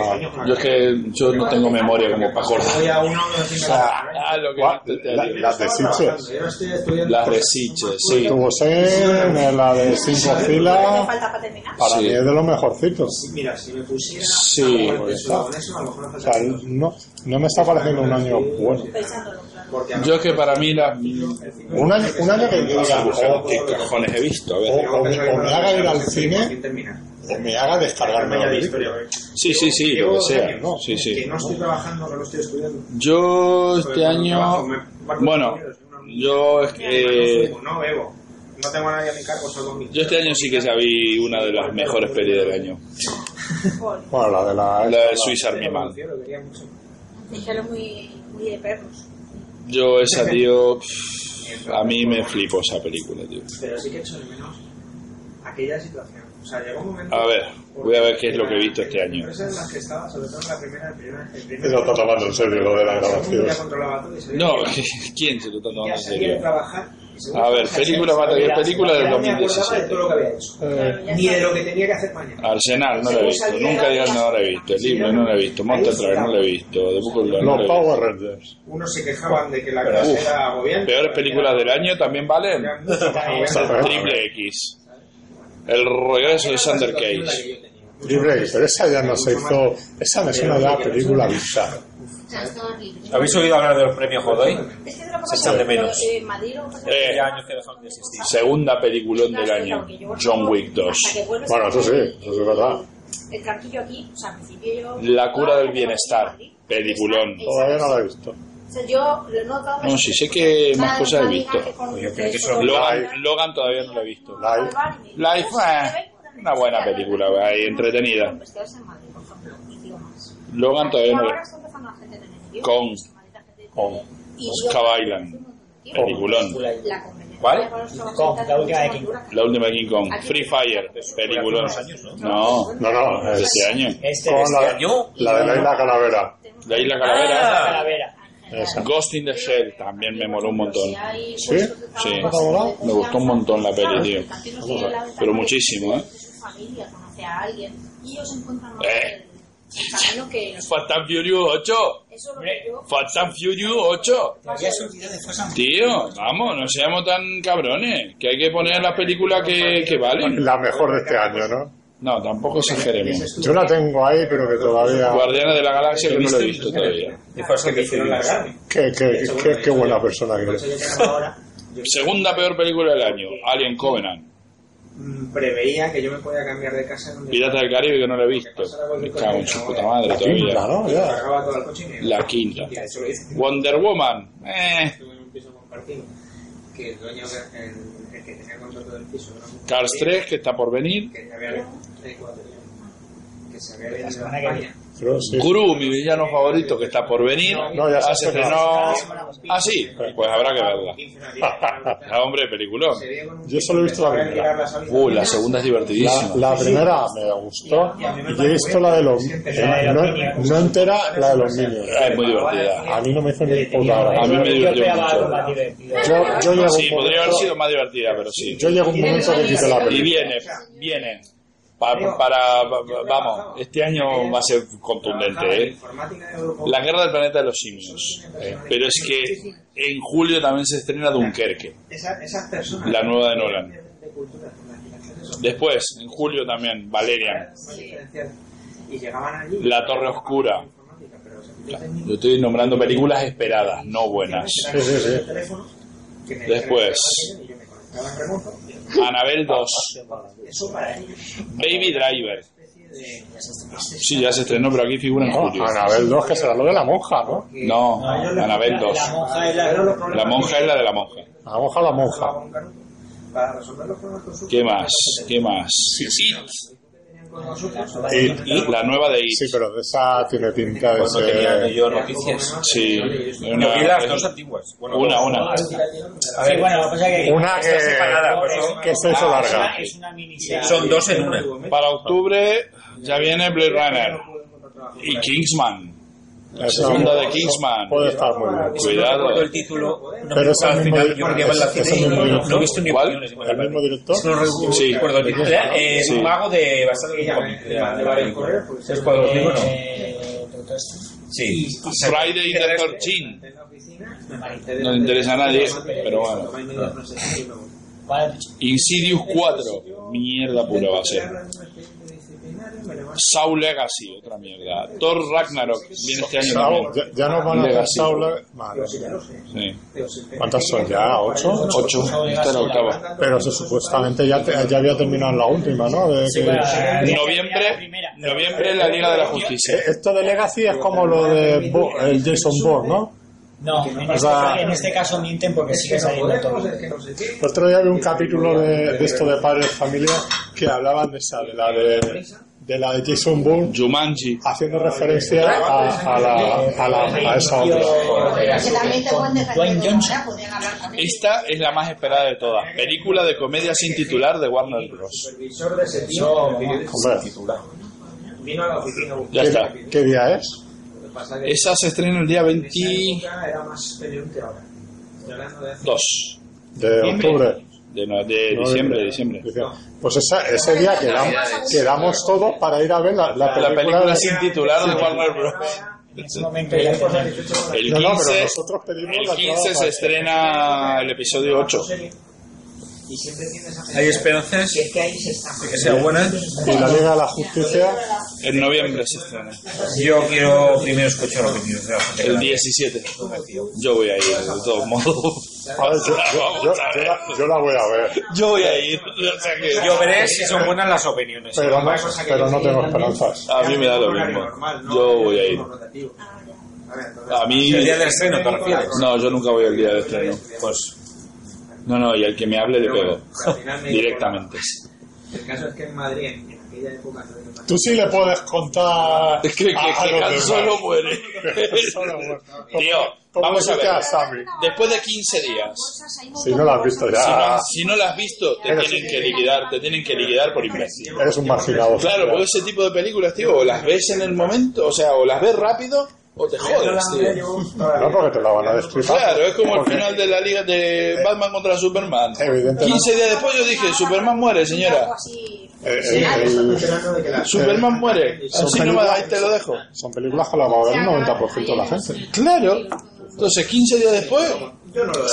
A: Yo es que yo no tengo memoria como para acordar.
E: Voy a uno que no tiene nada.
A: Ah, lo que
F: cua-
A: te- te
F: la-
A: digo.
F: las de Sitges.
E: Yo estoy estudiando.
A: Las resiches, sí.
F: Tuvo en la de cinco
G: No
F: filas,
G: falta para terminar.
F: para
A: Sí.
F: mí es de lo mejorcito.
E: Mira, si me pusiera.
A: Sí,
E: algo de
F: pues
E: eso, con eso, a lo mejor me
F: O sea,
E: falta dos.
F: no, no me está pareciendo un año bueno.
G: Pensándolo, claro.
E: Porque a lo
A: Yo es que para mí las...
E: mejor-
F: Un año, un año que yo diga, oh,
A: ¿Qué cojones he visto? A
F: o,
E: oh.
A: ver.
F: o me, o me haga ir al cine
E: Sin terminar.
F: o me haga descargarme la
E: Vaya de
F: película.
E: historia, ¿eh?
A: Sí, sí, sí, lo que sea. Sí, sí.
E: Que no estoy trabajando, que no estoy estudiando.
A: Yo este año... Bueno, yo es que...
E: no, fumo, no bebo. No tengo a nadie a mi cargo, solo mi.
A: Eh, Yo este año sí que ya vi una de las mejores pelis del año.
G: Joder,
F: Bueno, la de la...
A: La de Swiss Army Man.
E: Yo lo quería mucho.
G: Es que era muy, muy de perros.
A: Yo esa, tío... pff, A mí me flipó esa película, tío.
E: Pero sí que echo de menos aquella situación. O sea, llegó un momento.
A: A ver, voy a ver qué es lo que he visto este
E: Las
A: año.
E: empresas en las que estaba, sobre todo en la primera, el primer- el primer-
F: Eso está tomando en serio lo de la grabación.
E: Ya controlaba todo y se
A: No, [laughs] ¿quién se lo está tomando
E: ya
A: en
E: sabía
A: serio?
E: trabajar. y según
A: A ver,
E: trabajase,
A: película, va a tener
E: sabía-
A: película del
E: ya me acordaba
A: 2017.
E: de todo lo que había hecho.
G: Claro, ya
E: Ni de
G: está.
E: lo que tenía que hacer mañana.
A: Arsenal no la he visto, nunca digas no la he visto, el libro no la he visto, Monster Truck no la he visto, The Book of Love no
F: Los
A: la he visto.
F: Power Rangers.
E: Unos se quejaban de que la
A: Pero,
E: clase
A: uf,
E: era agobiante.
A: Peores películas del año también valen. [laughs]
E: Eran muy agobiantes.
A: Triple X. El regreso de Sander Cage.
F: Libre, pero esa ya no se hizo... Esa me suena ya a película bizarra.
H: ¿Habéis oído hablar de los premios Godoy?
G: Es que de lo que
H: Se echan de menos.
G: eh, Madrid o cosas
A: Eh,
G: así.
H: Ya años que dejaron de existir.
A: Segunda peliculón del año, John Wick 2.
G: Hasta que vuelves
F: Bueno,
G: a-
F: eso sí, eso es verdad.
G: El tranquillo aquí, o sea, al principio yo...
A: La cura del bienestar, peliculón.
F: Todavía no la he visto.
G: O sea, yo lo he notado...
A: No, sí, sé que más cosas he visto.
G: Yo
H: creo que eso lo-
A: Logan, Logan todavía no la he visto.
F: Live.
G: Pues,
A: Life, eh, una buena película, ahí, entretenida. Logan todavía no la he visto. Con.
G: Pues,
F: Con.
A: Busca Bailan, peliculón.
G: La convención.
H: ¿Cuál?
D: Con, la última de King Kong.
A: La última de King Kong, Free Fire, peliculón. No,
F: No, no,
A: de
F: es
A: este año.
D: Este
F: con
D: es
F: la,
H: año?
F: la de la Isla Calavera.
A: La Ah, Isla Calavera.
D: Calavera.
F: Esa.
A: Ghost in the Shell también me moló un montón.
F: ¿Sí?
A: Sí,
F: ¿No te ha molado?
A: me gustó un montón la peli, tío.
F: Vamos a ver.
A: Pero muchísimo, ¿eh?
C: su familia conoce a alguien y ellos encuentran más
A: Eh.
C: el camino que
A: Fast and Furious 8.
C: eso es lo que yo
A: Fast and Furious 8.
D: Ya se olvidó de Fosan.
A: Tío, vamos, no seamos tan cabrones. Que hay que poner las películas que, que valen.
F: La mejor de este año, ¿no?
A: No, tampoco exageremos.
F: Yo la tengo ahí, pero que todavía...
A: Guardianes de la Galaxia que no lo he visto todavía.
H: De Fast and the Furious.
F: Qué, qué, qué, qué buena persona que
E: Por eso yo
F: eres.
E: que ahora. yo
A: Segunda peor película del año, Alien Covenant.
E: mm, preveía que yo me podía cambiar de casa. Donde
A: Pirata del Caribe que no lo he visto. Me cago en su puta madre
F: La quinta,
A: todavía.
F: ¿no?
E: me
F: Ah, Ya.
E: cargaba todo el coche y me
A: La quinta.
E: Ya, eso lo hice.
A: Wonder Woman. Eh.
E: Estuve en un piso compartido. Que el dueño, que- el, el que tenía el contrato del piso, era un-
A: Cars 3 que está por venir.
E: que se había eh, cuatro, que se había venido
D: semana
E: a
D: que
E: España.
F: Pero sí.
A: Guru, mi villano favorito que está por venir.
F: No, ya se
A: Ah, se
F: estrenó.
A: estrenó. Ah, sí. Pues habrá que
F: [laughs]
A: verla. [laughs] Ah, hombre, peliculón.
F: Yo solo he visto la primera.
A: Uh, la segunda es
F: La,
A: divertidísima.
F: la primera me gustó. Y he visto la de los... eh, no, no entera la de los Minions.
A: Ah, Es muy divertida.
F: A mí no me hizo ni puta
A: A mí me divirtió
F: gracia.
D: Yo esperaba
A: mucho.
D: algo más divertido.
F: Yo, yo llego
A: Sí,
F: un
A: podría haber sido
F: momento,
A: más divertida, pero sí.
F: yo llego un momento que quité la
A: Y
F: película.
A: viene, viene. Pa- para, va- vamos, este año va a ser contundente, ¿eh? La guerra del planeta de los simios. Pero es que en julio también se estrena Dunkerque,
E: esas personas.
A: la nueva de Nolan.
E: de cultura, las generaciones son
A: Después, en julio también, Valerian.
E: más diferenciadas. Y llegaban allí.
A: La Torre Oscura.
E: Informática, pero se metió en un
A: Yo estoy nombrando películas esperadas, no buenas.
F: Sí, sí, sí.
E: teléfono que me
A: Después.
E: y yo me conectaba en remoto.
A: Anabel 2,
E: Eso para ellos.
A: Baby Driver. Sí, ya se estrenó, pero aquí figura en julio.
F: No, Anabel 2, que será lo de la monja, ¿no?
A: No, Anabel 2.
D: La monja es la...
E: Pero los problemas
A: La monja es la de la monja.
F: La monja, la monja.
E: con Caruso, para resolver los problemas con su
A: ¿Qué más? ¿Qué más? It,
E: con nosotros,
F: Y,
A: la nueva de It.
F: sí, pero de esa tiene pinta de
H: Pues no tenía
F: ser...
H: yo noticias.
A: Sí.
H: Yo vi las
A: Una,
H: dos antiguas. Bueno,
A: una.
H: dos.
A: una.
H: A
D: Sí,
H: ver,
D: bueno, lo que pasa es que...
F: Una que,
H: Está separada, pues, ¿no?
F: que se hizo
A: Ah,
F: larga.
D: Es una miniserie.
H: Son dos en una.
A: Para octubre ya viene Blade Runner y Kingsman.
F: El
A: Segunda de Kingsman.
F: Puede estar muy bien.
A: Cuidado.
H: recuerdo el título. No
F: Pero es el
H: al
F: mismo
H: final,
F: di-
H: yo porque va en la
F: es el
H: tele y
F: mismo
H: no-
F: director.
H: no he visto ni
A: ¿Cuál?
H: opiniones de
F: ¿El mismo
H: Marvel.
F: director?
H: No recuerdo
A: Sí.
H: recuerdo el título. Era eh,
A: Sí.
H: un mago de basado en
E: Ya,
H: un cómic.
E: de- de varios colores, pues,
H: ¿Tres cuadros de libro, no?
D: Eh, doctor Strange.
H: Sí.
A: Friday the 13
E: En la oficina.
A: No le interesa a nadie, pero bueno. Ah.
E: No sé, sí me gusta.
D: ¿Cuál has dicho?
A: Insidious 4. Mierda pura va a ser. Saul Legacy, otra mierda. Thor Ragnarok, viene este año
F: Saul,
A: también.
F: ya, ya nos van a hacer
A: Legacy.
F: Saul. Madre mía.
A: Sí.
F: ¿Cuántas son ya? ¿Ocho?
A: Ocho. Esta es la octava.
F: Pero se, supuestamente ya, te- ya había terminado la última, ¿no? De que-
D: para-
A: Noviembre, noviembre la Liga de la Justicia.
F: Eh, Esto de Legacy es como lo de Bo- el Jason Bourne, ¿no?
D: No, en
F: O
D: este,
F: sea-
D: ca- en este caso mienten porque sigue saliendo todo.
F: El otro día vi un capítulo de, de esto de Padres de Familia que hablaban de esa, de la de, de, la de Jason Bourne,
A: Jumanji.
F: haciendo referencia a, a la, a, la- a esa obra.
C: Que también te pueden dejar
D: Dwayne
C: de
D: Johnson.
C: ahora, podían hablar con él.
A: Esta es la más esperada de todas. Película de comedia sin titular de Warner Bros.
E: Supervisor de ese tío,
F: Hombre,
E: vino a la oficina a buscar.
A: Ya está.
F: ¿qué, qué día es?
E: Lo que pasa que
A: Esa se estrena el día
E: en esa
A: 22
E: época era más peleón que ahora. Estoy hablando de hace-
F: De octubre.
A: de, no- de diciembre, diciembre.
F: Pues esa- ese día quedamos, quedamos todos para ir a ver la, la
A: La película
F: película.
A: sin titular de Warner
D: En
A: Bros.
D: ese momento ya tenía-
A: El
F: No, no, pero
A: 15,
F: nosotros pedimos
A: el
F: la
A: 15
F: entrada
A: se
F: para-
A: estrena el episodio 8.
E: Y siempre tienes esa
H: Hay esperanzas
E: Es que ahí se está.
H: de que sea buena.
F: Y la Liga de la Justicia,
A: En noviembre se estrena.
H: Yo quiero primero escuchar opiniones de la gente.
A: El 17. Yo voy a ir, de todos modos. [laughs]
F: a ver, yo, yo- yo- yo la, yo la voy a ver,
A: Yo voy a ir. O sea que
H: Yo veré si son buenas las opiniones.
F: pero no, pero no tengo esperanzas.
A: a mí me da lo mismo. Yo voy a ir. A mí.
H: El día del estreno, ¿te refieres?
A: No, yo nunca voy al día del estreno.
H: Pues
A: No, no, y al que me hable le
E: Pero
A: pego.
E: bueno, al final me-
A: Directamente.
E: El caso es que en Madrid, en aquella época, no había pasado.
F: Tú sí le puedes contar.
A: Es que, que,
F: a- a
A: que
F: los
A: Han
F: demás.
A: Solo
F: [laughs]
A: muere.
F: Solo muere.
A: [laughs] Tío,
F: ¿Cómo
A: vamos a
F: hiciste
A: ver.
F: Sammy?
A: Después de 15 días,
F: Si no la has visto
A: si no,
F: ya,
A: si no la has visto, te
F: Eres-
A: tienen que liquidar, te tienen que liquidar por imbécil.
F: eres un marginado.
A: Claro, porque ese tipo de películas, tío, o las ves en el momento, o sea, o las ves rápido, o te jodes, tío.
F: No porque te la van a destripar.
A: Claro, es como el
F: Porque
A: final de la liga de Batman contra Superman.
F: Evidentemente.
A: 15 días después yo dije, Superman muere, señora.
C: Algo así.
F: el- eh, el-
A: Superman muere.
F: son
A: Así nomás, ahí te este lo dejo.
F: Son películas que las va a ver el 90% de la gente.
A: Claro. Entonces, 15 días después,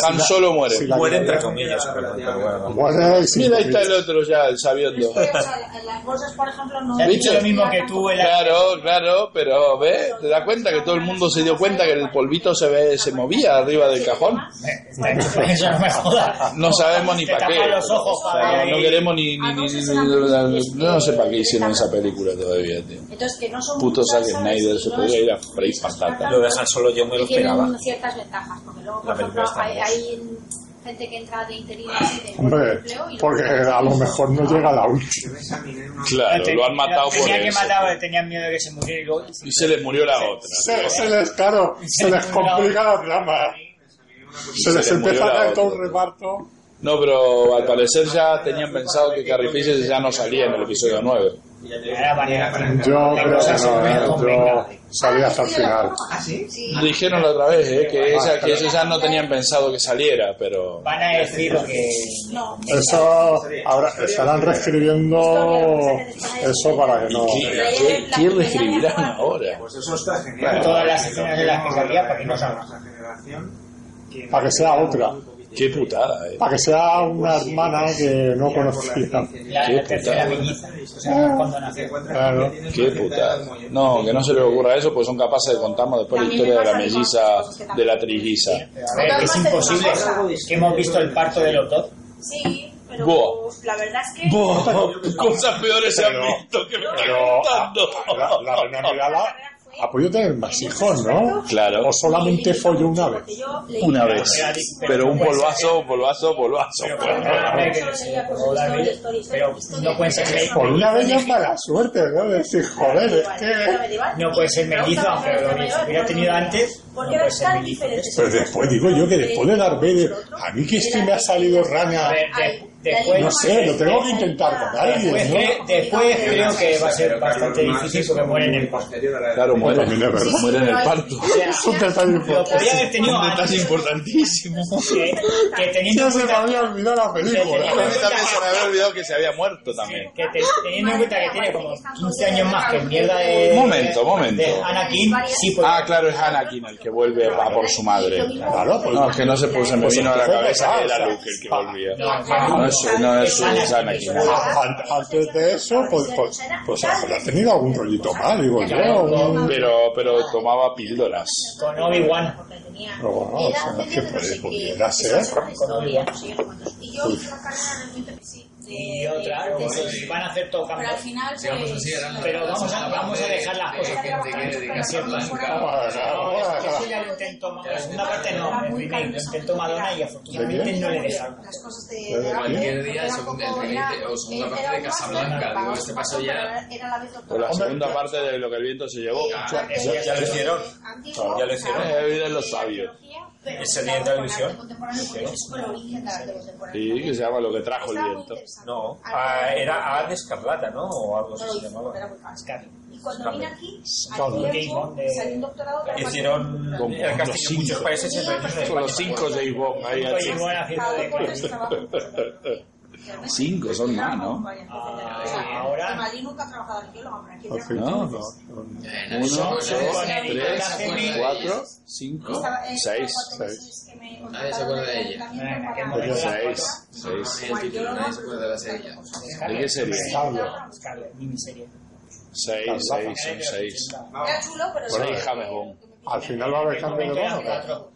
A: Han Solo muere.
F: Si la-
H: muere entre comillas. pero- pero bueno.
F: Bueno, y si-
A: Mira, ahí está el otro ya, el sabiendo.
C: Es que, o sea, eh, las bolsas, por ejemplo, no.
D: Te han dicho lo mismo que tú, el
A: Claro, claro, pero ve, te das cuenta que todo el mundo se dio cuenta que el polvito se ve, se movía arriba del cajón.
D: [laughs] pues Eso no me jodas.
A: No sabemos ni
D: Te
A: para qué.
D: tapas los ojos
A: O sea, no, no queremos ni, ni- ni- ni- ni- no sé para qué hicieron esa película todavía, tío.
C: Entonces, que no son
A: Puto
C: muchas,
A: Zack
C: ¿sabes?
A: Snyder
C: Y
A: se
C: no
A: podría
C: es-
A: ir a freír patata.
H: Lo de Han Solo yo me lo
C: y tienen
H: esperaba.
C: ciertas ventajas, porque luego,
H: La
C: por
H: película
C: ejemplo,
H: está
C: hay,
H: bien.
C: hay gente que entra de interino así de
F: Hombre,
C: empleo y luego-
F: porque a lo mejor no llega la última.
A: Claro, lo han matado por
D: Tenían que
A: eso.
D: matar, tenían miedo de que se muriera y luego.
A: Y se les murió la otra.
F: Se, se les, claro, se les complica la trama. Se les
A: Se les murió
F: empieza a
A: la
F: dar todo un
A: otra.
F: reparto.
A: No, pero al parecer ya tenían pensado que Carrie Fisher ya no salía en el episodio 9.
D: Era variedad para entrar.
F: Yo
D: La
F: creo
D: cosa
F: que
D: se me
F: no, yo
D: complica.
F: salí hasta el final.
E: ¿Ah, sí?
C: Sí.
A: Dijeron la otra vez eh, que, esa, que ellos ya no tenían pensado que saliera, pero...
D: Van a decir lo que.
C: No.
F: Eso ahora estarán reescribiendo eso para que no.
A: ¿Qué, qué reescribirán ahora?
E: Pues eso está genial.
D: Todas las escenas de las que salía, para que no salga.
E: nuestra generación.
F: Para que sea otra.
A: Qué putada, eh.
F: Para que sea una hermana que no conocía.
D: La,
A: Qué
D: la tercera
A: putada.
D: viñiza. O sea, cuando nació.
F: Claro.
A: Qué putada. No, que no se les ocurra eso, pues son capaces de contarnos después la historia de la melliza, de la trilliza.
D: A ver, es imposible. Es que hemos visto el parto de los dos.
C: Sí, pero pues,
A: Buah.
C: la verdad es que.
A: Buah, Cosas peores se han
F: Pero-
A: visto que me están
F: pero-
A: contando.
F: La, la reina Mirala ha podido tener más hijos, ¿no?
A: pues, Claro.
F: O solamente folló una vez.
C: Porque yo leí-
A: Una vez. Pero un polvazo, polvazo, polvazo.
D: Pero,
A: polvazo.
D: a ver, que sí, pero la ley- pero no pueden ser ley.
F: Por una vez ya es mala suerte, ¿no? Decir, joder, es que.
D: No puede ser mellizo, aunque lo hubiera tenido antes.
C: Porque eran tan diferentes.
F: Pero después digo yo que después de Darth Vader, a mí que es que me ha salido rana.
D: después-
F: No sé, lo tengo que intentar con alguien,
D: Después,
F: ¿no?
D: cre- después creo que va a ser bastante difícil porque mueren en el parto.
E: posterior a la
A: Claro, muere.
F: también es verdad.
A: Muere en el parto.
F: Es un detalle
D: Lo
F: importante.
D: podría haber tenido
A: Un
D: antes
A: detalle importantísimo.
D: [laughs] que, que teniendo
F: Ya
D: en
F: se me
D: cuenta
F: había olvidado la película.
A: A mí también se me había olvidado que se había muerto también.
D: que te- teniendo en cuenta que tiene como 15 años más que mierda de
A: Momento, momento.
D: de Anakin sí pues
A: Ah, claro, es Anakin el que vuelve a por su madre.
F: Claro, pues-
A: No, es que no se puso, me
F: Pues
A: vino a la
F: entonces,
A: cabeza que
F: ah,
A: era
F: o sea,
A: Luke el que volvía.
D: no,
A: No es, no es, es Anakin.
F: An- Antes de eso, pues, pues, pues a lo mejor ha tenido algún rollito mal, digo yo. un-
A: Pero, pero tomaba píldoras.
D: con Obi Wan
F: Pero bueno, o sea, que puede- pudiera ser.
D: con Obi Wan
C: Y yo hice una carrera realmente que sí. de-
D: y otra
C: de- de-
D: pues, van a hacer todo
C: Pero
D: cambio
C: al final,
B: Sigamos
C: pues,
B: así, ahora.
D: pero vamos a vamos a dejar las cosas
B: Hay gente que dedica su blanca.
F: Bueno, bueno,
D: No, eso pues, ya lo intentó Ma- la segunda parte no el remake lo intentó Madonna y afortunadamente no le dejaron
C: las cosas de,
F: ¿De
C: de-
B: Cualquier
C: de-
B: día,
C: era
B: segunda-
C: como
B: el
C: era-
B: remake o segunda
C: era
B: parte de
C: un máster,
B: Casablanca,
C: era
B: digo,
C: un
B: este
C: máster,
B: paso ya-
C: pero era- era la vez
A: Pues la
C: doctora.
A: segunda parte de lo que el viento se llevó.
B: Ya,
A: ya- ya lo hicieron.
C: Antiguo,
A: Ya lo hicieron.
C: claro.
A: Ya viven los sabios.
C: Pero
H: ¿Esa serie en
C: claro,
H: televisión?
C: arte contemporáneo, porque es el origen del arte contemporáneo.
A: Sí, que se llama Lo que trajo el
C: Estaba muy
A: viento.
C: interesante.
H: No, ah, era A de Escarlata, ¿no? O algo así se llamaba.
C: Era muy caro. Y cuando vine aquí,
F: Scott
C: al tiempo, salí un doctorado para
H: Hicieron
C: Con
H: el castillo en muchos países. en
A: Con los cinco de Ivonne ahí
D: Obi
A: así.
D: Wan haciendo de
C: pues
A: Cinco son más, ¿no?
D: Ah,
C: O sea,
D: ahora-
C: Madrid nunca ha trabajado aquí, lo hombre, aquí trabaja.
A: No, no. Uno, dos, tres, cuatro, cinco,
C: Estaba- eh,
A: seis.
C: estaba con tenis
F: seis.
C: que me
B: Nadie se acuerda de ella.
C: contrataron
D: En aquel
C: para-
D: momento
A: Seis, seis.
B: El título, nadie se acuerda de la serie.
A: ¿De qué serie?
D: Scarlett, Scarlett, miniserie.
A: Seis, seis, son seis.
C: Era chulo, pero
A: Bueno,
C: sí. eh,
A: hija mejor.
F: Al final va a haber cambio de mano. ¿no?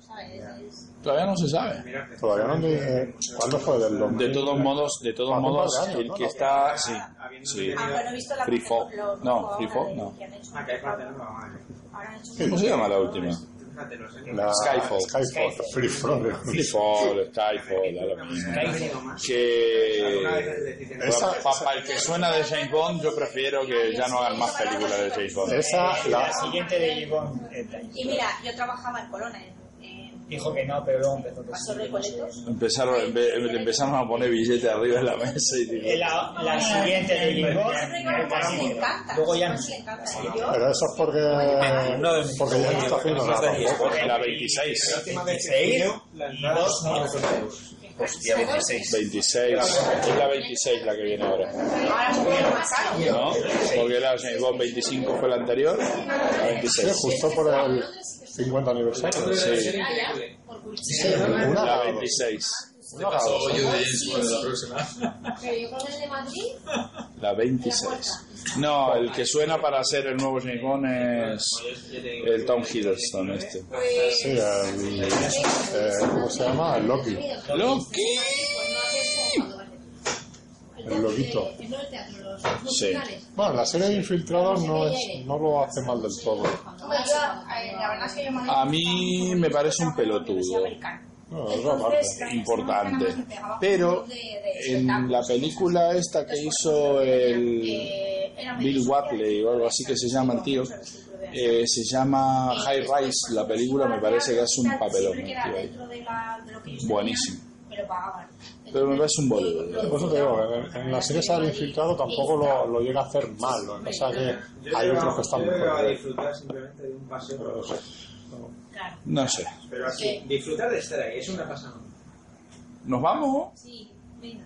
A: Todavía no se sabe.
F: Todavía no me... ¿Cuándo fue del
A: De
F: 2000?
A: todos modos, de todos modos, el que está, sí, sí.
C: Ah, pero no he visto la
A: Free Fall.
C: lo- lo
A: No,
C: nuevo
A: Free
C: ahora
A: Fall,
C: de-
A: no.
C: que han hecho.
E: Ah, que hay parte nueva, vale.
C: Ahora han hecho- Pues,
A: ¿Cómo se llama la última?
E: Fíjate los años.
F: La-
A: Skyfall.
F: Skyfall. Free Fall.
A: Freefall, Skyfall, a lo mismo.
E: Alguna
A: Que...
E: vez dicen-
F: Esa-
A: Para el que suena de James Bond, yo prefiero que ya no hagan más películas de James Bond.
F: Esa,
D: La
F: la...
D: siguiente de Gibbon eh, Blanche.
C: Y mira, yo trabajaba en Colona, en, en
D: dijo que no, pero luego empezó que
C: Pastor de
D: sí.
C: Coletos.
A: Empezaron, empe- em- empezaron a poner billetes arriba en la mesa y
D: Eh,
A: digo,
D: La, la siguiente de
C: Siempre iba a la casa, le
D: Gibbon
C: encanta.
D: Luego ya no.
C: le encanta. Y yo-
F: Pero eso es porque... Porque ya no está haciendo nada tampoco.
A: la 26,
H: Hostia, 26.
A: 26, es la 26 la que viene ahora,
C: Ahora es un poco más caro.
A: ¿no? Porque la James Bond 25 fue la anterior, la
F: Sí,
A: 26.
F: justo por el 50 aniversario.
A: Sí,
F: Una
A: la
F: o dos.
A: 26,
F: Una o dos.
B: Yo de James Bond la próxima.
C: eh,
I: Pero yo con el de Madrid,
A: la 26. No, el que suena para ser el nuevo James Bond es el Tom Hiddleston este.
I: pues.
F: Sí, el, eh, ¿cómo se llama? El Loki.
A: ¡Loki!
F: El loquito.
I: En el teatro, los
A: Sí.
I: musicales.
F: Bueno, la serie de infiltrados no, es, no lo hace mal del todo.
I: Cuando
C: Hombre, yo, eh, la verdad es que yo me-
A: A mí me parece un pelotudo.
F: No, es otra parte.
C: Entonces,
A: importante.
C: la persona que nada
A: Pero
C: más me pegaba con un club de- de
A: en la
C: espectáculos.
A: película esta que hizo el
C: Eh, era
A: Bill
C: medio
A: Watley o algo así que se llama el tío, eh, se llama High Rise, la película me parece que hace un papelón. el tío ahí.
C: dentro de la- de lo que yo sabía,
A: Buenísimo.
C: pero pagaban.
A: Pero me parece un boludo.
F: Sí, Por eso te digo, en, en la serie esa del infiltrado tampoco lo, lo llega a hacer mal. Lo que pasa es que
E: Yo
F: hay
E: creo-
F: otros que están
E: yo
F: muy
E: creo que va a
F: perdidos.
E: disfrutar simplemente de un paseo. por los ojos.
C: Claro.
A: No sé.
E: Pero así, disfrutar de estar ahí, es una pasada.
A: ¿Nos vamos?
C: Sí, venga.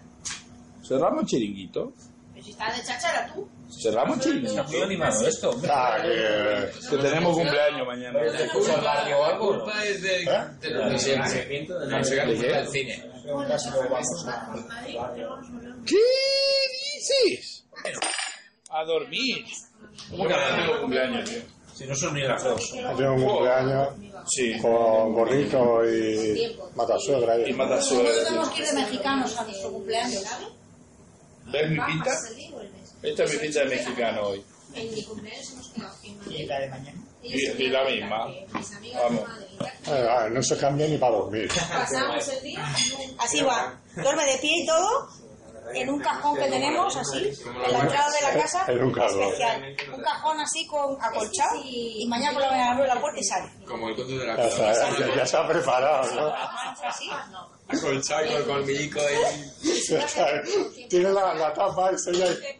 A: ¿Cerramos chiringuito?
C: Pero si estás de chachara tú.
A: ¿Cerramos chiringuito?
H: Muy animado esto. hombre.
F: Ah, que-
A: Que tenemos cumpleaños mañana.
B: La culpa, la culpa es de, de los de
E: Me
B: siempre.
E: arrepiento de no
B: No, se
E: haber-
B: gana culpa del cine.
A: ¿Qué dices? A dormir. ¿Cómo que ahora tengo cumpleaños, tío?
H: Si no son ni las dos.
F: ha tenido un cumpleaños
A: Sí.
F: con Borrito y Matasuegra. eh.
A: Y
F: Y,
A: mata
I: Nosotros tenemos que ir de mexicanos a nuestro cumpleaños.
A: ¿Ves mi pinta? Esta es mi pinta de mexicano hoy.
I: En mi cumpleaños hemos quedado en
D: y
I: Madrid.
D: la de mañana.
A: Y- y la misma.
I: Mis amigas
A: Vamos.
I: de Madrid.
F: Eh, ah, no se cambia ni para dormir.
I: Pasamos el día.
C: Así va. Duerme de pie y todo.
G: en un cajón que tenemos así, en la entrada de la casa,
F: En un cajón.
G: especial. Un cajón así con acolchado y mañana por la mañana abre la puerta y sale.
E: Como el cuento de la
F: Ya,
E: casa.
F: está- ya- ya se ha preparado, ¿no?
G: Así.
E: Acolchado con el colmillico ahí.
F: [laughs] O sea, Tiene la, la tapa ese ya.
C: Eh.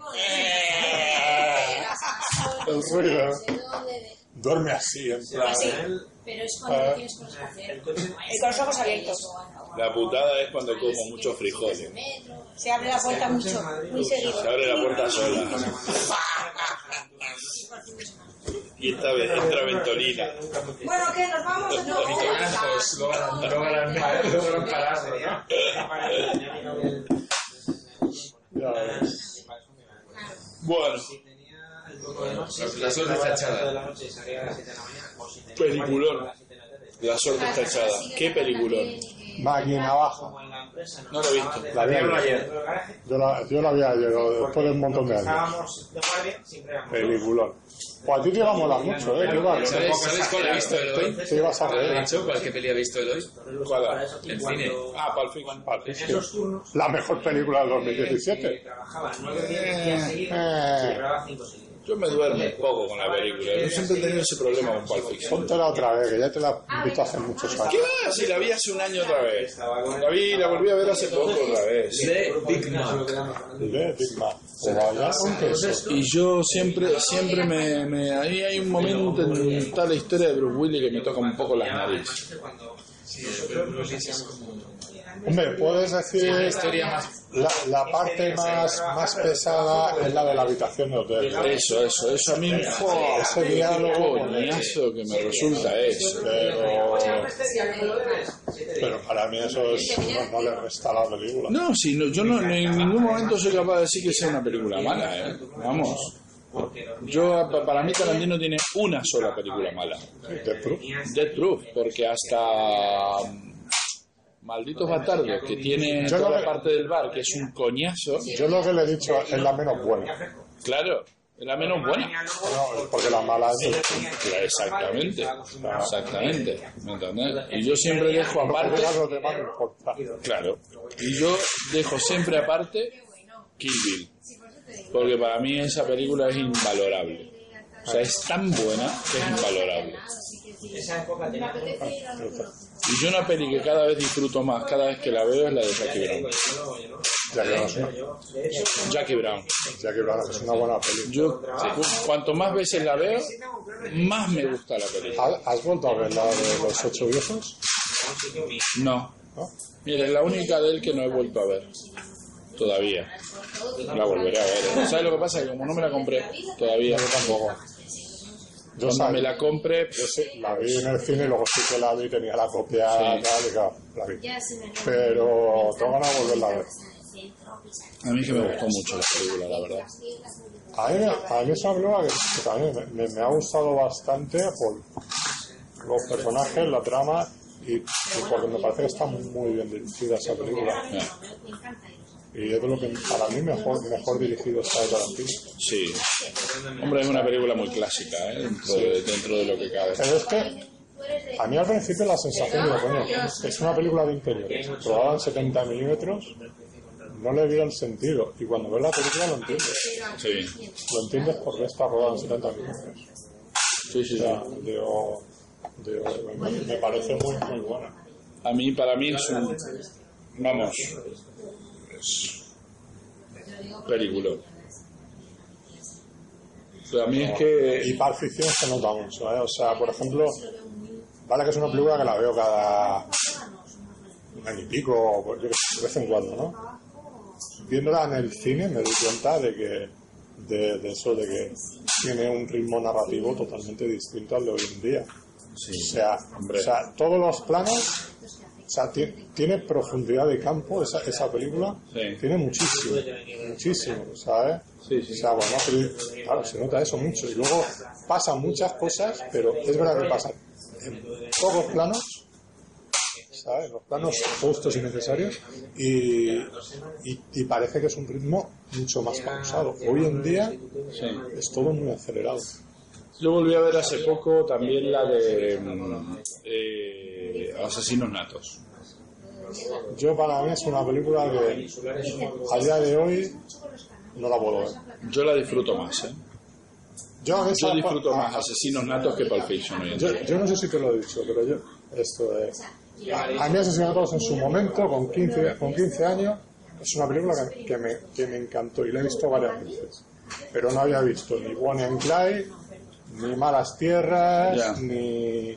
F: El ruido. Duerme así, en plan.
C: Pero es
F: Ah.
C: cuando tienes cosas que hacer.
G: Y con los ojos abiertos.
A: La putada es cuando como muchos frijoles.
G: Se abre la puerta mucho, muy seguido.
A: Se abre la puerta sola. Y esta vez entra ventolina.
G: Bueno, ¿qué? ¿Nos vamos o no?
B: Pues,
E: Toganazos, logran- logran parar- logran pararse, ¿no?
F: Ya ves.
A: Bueno,
E: La suerte está echada.
A: peliculón. La suerte está echada. Qué peliculón.
F: Máquina abajo.
A: No lo he visto.
F: La había ayer. Yo la, yo la había llegado después de un montón de años.
H: Estábamos de guardia, siempre éramos.
F: Peliculón. Pues a ti te iba a molar mucho, ¿eh? Yo iba-
E: ¿Sabes, ¿Sabes cuál ha visto el hoy?
F: Te ibas a reír.
E: ¿Cuál que peli ha visto el hoy?
A: Ojalá.
E: El cine.
A: Ah, Pulp Fiction.
H: Esos turnos.
F: La mejor película del
H: eh,
F: 2017.
H: Trabajaba nueve días días seguidos.
F: Eh.
H: y grababa cinco seguidos.
A: Yo me duermo un poco con la película. Yo siempre he tenido ese problema con Pulp Fiction.
F: Póntela otra vez, que ya te la he visto hace muchos
A: ¿Qué
F: años.
A: va? Si la vi hace un año otra vez. La vi, la volví a ver hace poco otra vez.
H: De Big Mac.
F: Ve, Big Mac. O bailar con queso.
A: Y yo siempre, siempre me, me- Ahí hay un momento en tal historia de Bruce Willis que me toca un poco las narices.
F: Hombre, puedes decir
E: historia más-
F: la, la parte más, más pesada es la de la habitación de hotel.
A: Eso, eso, eso a mí. ¡jo!
F: Ese diálogo con
A: Coñazo que me resulta eso.
F: Pero, pero para mí eso es, no, no le resta a la película.
A: No, si no, yo no, en ningún momento soy capaz de decir que sea una película mala, ¿eh? Vamos. Yo, pa- para mí Tarantino tiene una sola película mala.
F: De Proof.
A: Death Proof, porque hasta mm, Malditos Bastardos, que tiene
F: Yo
A: toda
F: no
A: la
F: me-
A: parte del bar, que es un coñazo,
F: Yo lo que le he dicho es la menos buena.
A: claro, es la menos buena.
F: No, porque la mala es de Proof.
A: Exactamente, exactamente, ¿me entendés? Y yo siempre dejo
F: Porque
A: aparte,
F: a los demás no importa.
A: claro, y yo dejo siempre aparte Kill Bill, porque para mí esa película es invalorable. O sea, es tan buena que es invalorable.
H: Esa época tenía como
A: Y yo una peli que cada vez disfruto más, cada vez que la veo, es la de Jackie Brown.
F: Ya que, no es una-
A: Jackie Brown.
F: ya que claro, es una buena película.
A: Yo, cu- cuanto más veces la veo, más me gusta la película.
F: ¿Ha- ¿Has vuelto a ver la de los ocho viejos?
A: No. Mira, es la única de él que no he vuelto a ver. Todavía. La volveré a ver. ¿Sabes lo que pasa? Que como no me la compré, todavía. Yo tampoco. Cuando
F: Yo
A: me
F: sabía.
A: la compre,
F: Yo
A: pues,
F: sí, la vi en el cine y luego sí que la vi, tenía la copia,
A: Sí.
F: tal, y claro, la vi. Pero tengo ganas de volverla a ver.
A: a mí es que me gustó mucho la película, la verdad.
F: A mí, a mí es una película que, que también me, me- me ha gustado bastante por los personajes, la trama y, y porque me parece que está muy bien dirigida esa película.
A: Ah,
F: Y es de lo que para mí mejor, mejor dirigido está de Tarantino.
A: Sí. Hombre, es una película muy clásica, ¿eh? dentro, de, dentro de lo que cabe.
F: Pero es que a mí al principio la sensación de coño, es una película de interiores, probada en 70 milímetros, no le vi el sentido. Y cuando ves la película lo entiendes.
A: Sí.
F: Lo entiendes porque está rodada en 70 milímetros.
A: Sí, sí,
F: O
A: sí.
F: sea, digo- digo, me, me parece muy, muy buena.
A: A mí, para mí es un... Vamos. Es... Película. Pero a mí es
F: Y
A: que...
F: Pulp Fiction se nota mucho, ¿eh? O sea, por ejemplo, vale que es una película que la veo cada un año y pico, o por- yo qué sé, de vez en cuando, ¿no? Viéndola en el cine me doy cuenta de que, de, de eso, de que tiene un ritmo narrativo totalmente distinto al de hoy en día. O sea, o sea, todos los planos, o sea, ti- tiene, profundidad de campo esa, esa película,
A: Sí.
F: tiene muchísimo, muchísimo, ¿sabes? O sea, bueno, pero, claro, se nota eso mucho. Y luego pasan muchas cosas, pero es verdad que pasan en pocos planos, ¿sabes? Los planos justos y necesarios, y, y, y parece que es un ritmo mucho más pausado. Hoy en día
A: sí.
F: es todo muy acelerado.
A: Yo volví a ver hace poco también la de mm, eh, Asesinos Natos.
F: Yo para mí es una película que a día de hoy no la puedo ver.
A: Yo la disfruto más, ¿eh?
F: Yo, a
A: Yo disfruto más Asesinos Natos que Pulp Fiction hoy en
F: Yo,
A: día.
F: yo no sé si te lo he dicho, pero yo, esto es. A mí, Asesinatos en su momento, con 15, con 15 años, es una película que, que me, que me encantó y la he visto varias veces. Pero no había visto ni Bonnie and Clyde, ni Malas Tierras,
A: Ya.
F: ni,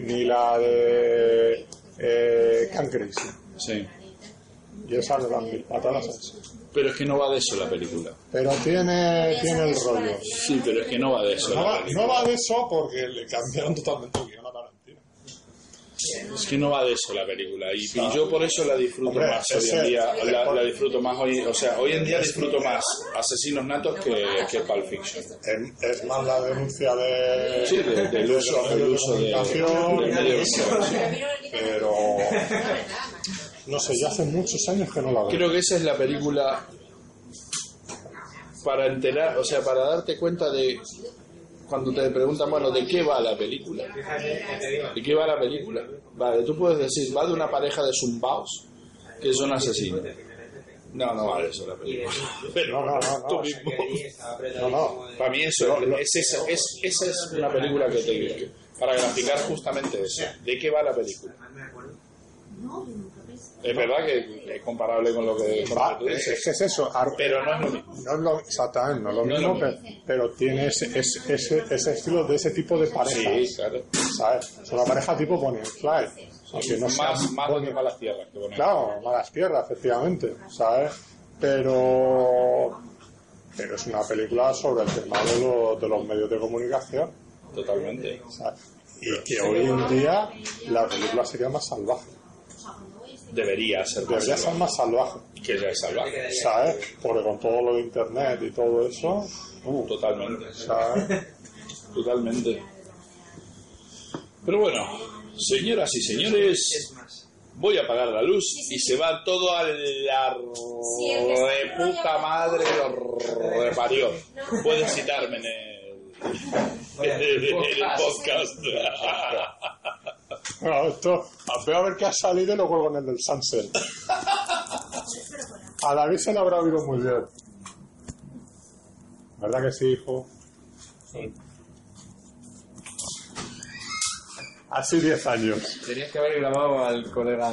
F: ni la de eh, Can Crazy.
A: Sí.
F: Y esa le dan mil patadas a esa.
A: Pero es que no va de eso la película.
F: Pero tiene, tiene el rollo.
A: Sí, pero es que no va de eso
F: No
A: la
F: va,
A: película.
F: no va de eso porque le cambiaron totalmente el guión a Tarantino.
A: Es que no va de eso la película. Y, y yo por eso la disfruto
F: Hombre,
A: más hoy en
F: ese-
A: día. La, la disfruto más hoy. O sea, hoy en día disfruto más Asesinos Natos que, que Pulp Fiction.
F: Es, es más la denuncia de,
A: Sí, de- del uso, del uso de,
F: comunicación,
A: del medio de comunicación.
F: pero no sé, ya hace muchos años que no la veo.
A: Creo que esa es la película para enterar, o sea, para darte cuenta de cuando te preguntan, bueno, ¿de qué va la película? ¿De qué va la película? Vale, tú puedes decir, va de una pareja de zumbaos que son asesinos. No, no vale eso la película. [laughs]
F: No, no, no,
A: Tú
F: no.
A: mismo.
F: No, no.
A: Para mí eso es, esa, es, esa es una película que te digo, para graficar justamente eso. ¿De qué va la película? Es verdad que es comparable con lo que, con lo
F: Va,
A: que tú
F: es,
A: dices,
F: es que es eso. ar-
A: pero no es lo mismo.
F: no es lo, exactamente, no es lo
A: No es
F: mismo,
A: lo
F: pero, pero tiene ese, ese, ese, ese estilo de ese tipo de parejas.
A: Sí, claro.
F: ¿sabes? Es una pareja tipo Bonnie and Clyde. Aunque no sea
A: más más
F: Bonnie-
A: donde malas tierras que poner.
F: Claro, malas tierras, efectivamente, ¿sabes? Pero, pero es una película sobre el tema de, lo- de los medios de comunicación
A: Totalmente.
F: ¿sabes? y que hoy en día la película sería más salvaje,
A: Debería ser más
F: debería ser
A: salvaje,
F: más salvaje,
A: que ya es salvaje.
F: ¿sabes? Porque con todo lo de internet y todo eso, uh,
A: Totalmente.
F: ¿sabes?
A: Totalmente. Pero bueno, señoras y señores, voy a apagar la luz y se va todo a la de puta madre que lo reparió. Puedes citarme en el, en el- en el podcast.
F: Bueno, esto, veo a ver qué ha salido y lo cuelgo en el del Sunset. A David se lo habrá oído muy bien. ¿Verdad que sí, hijo? Así 10 años.
J: Tenías que haber grabado al colega.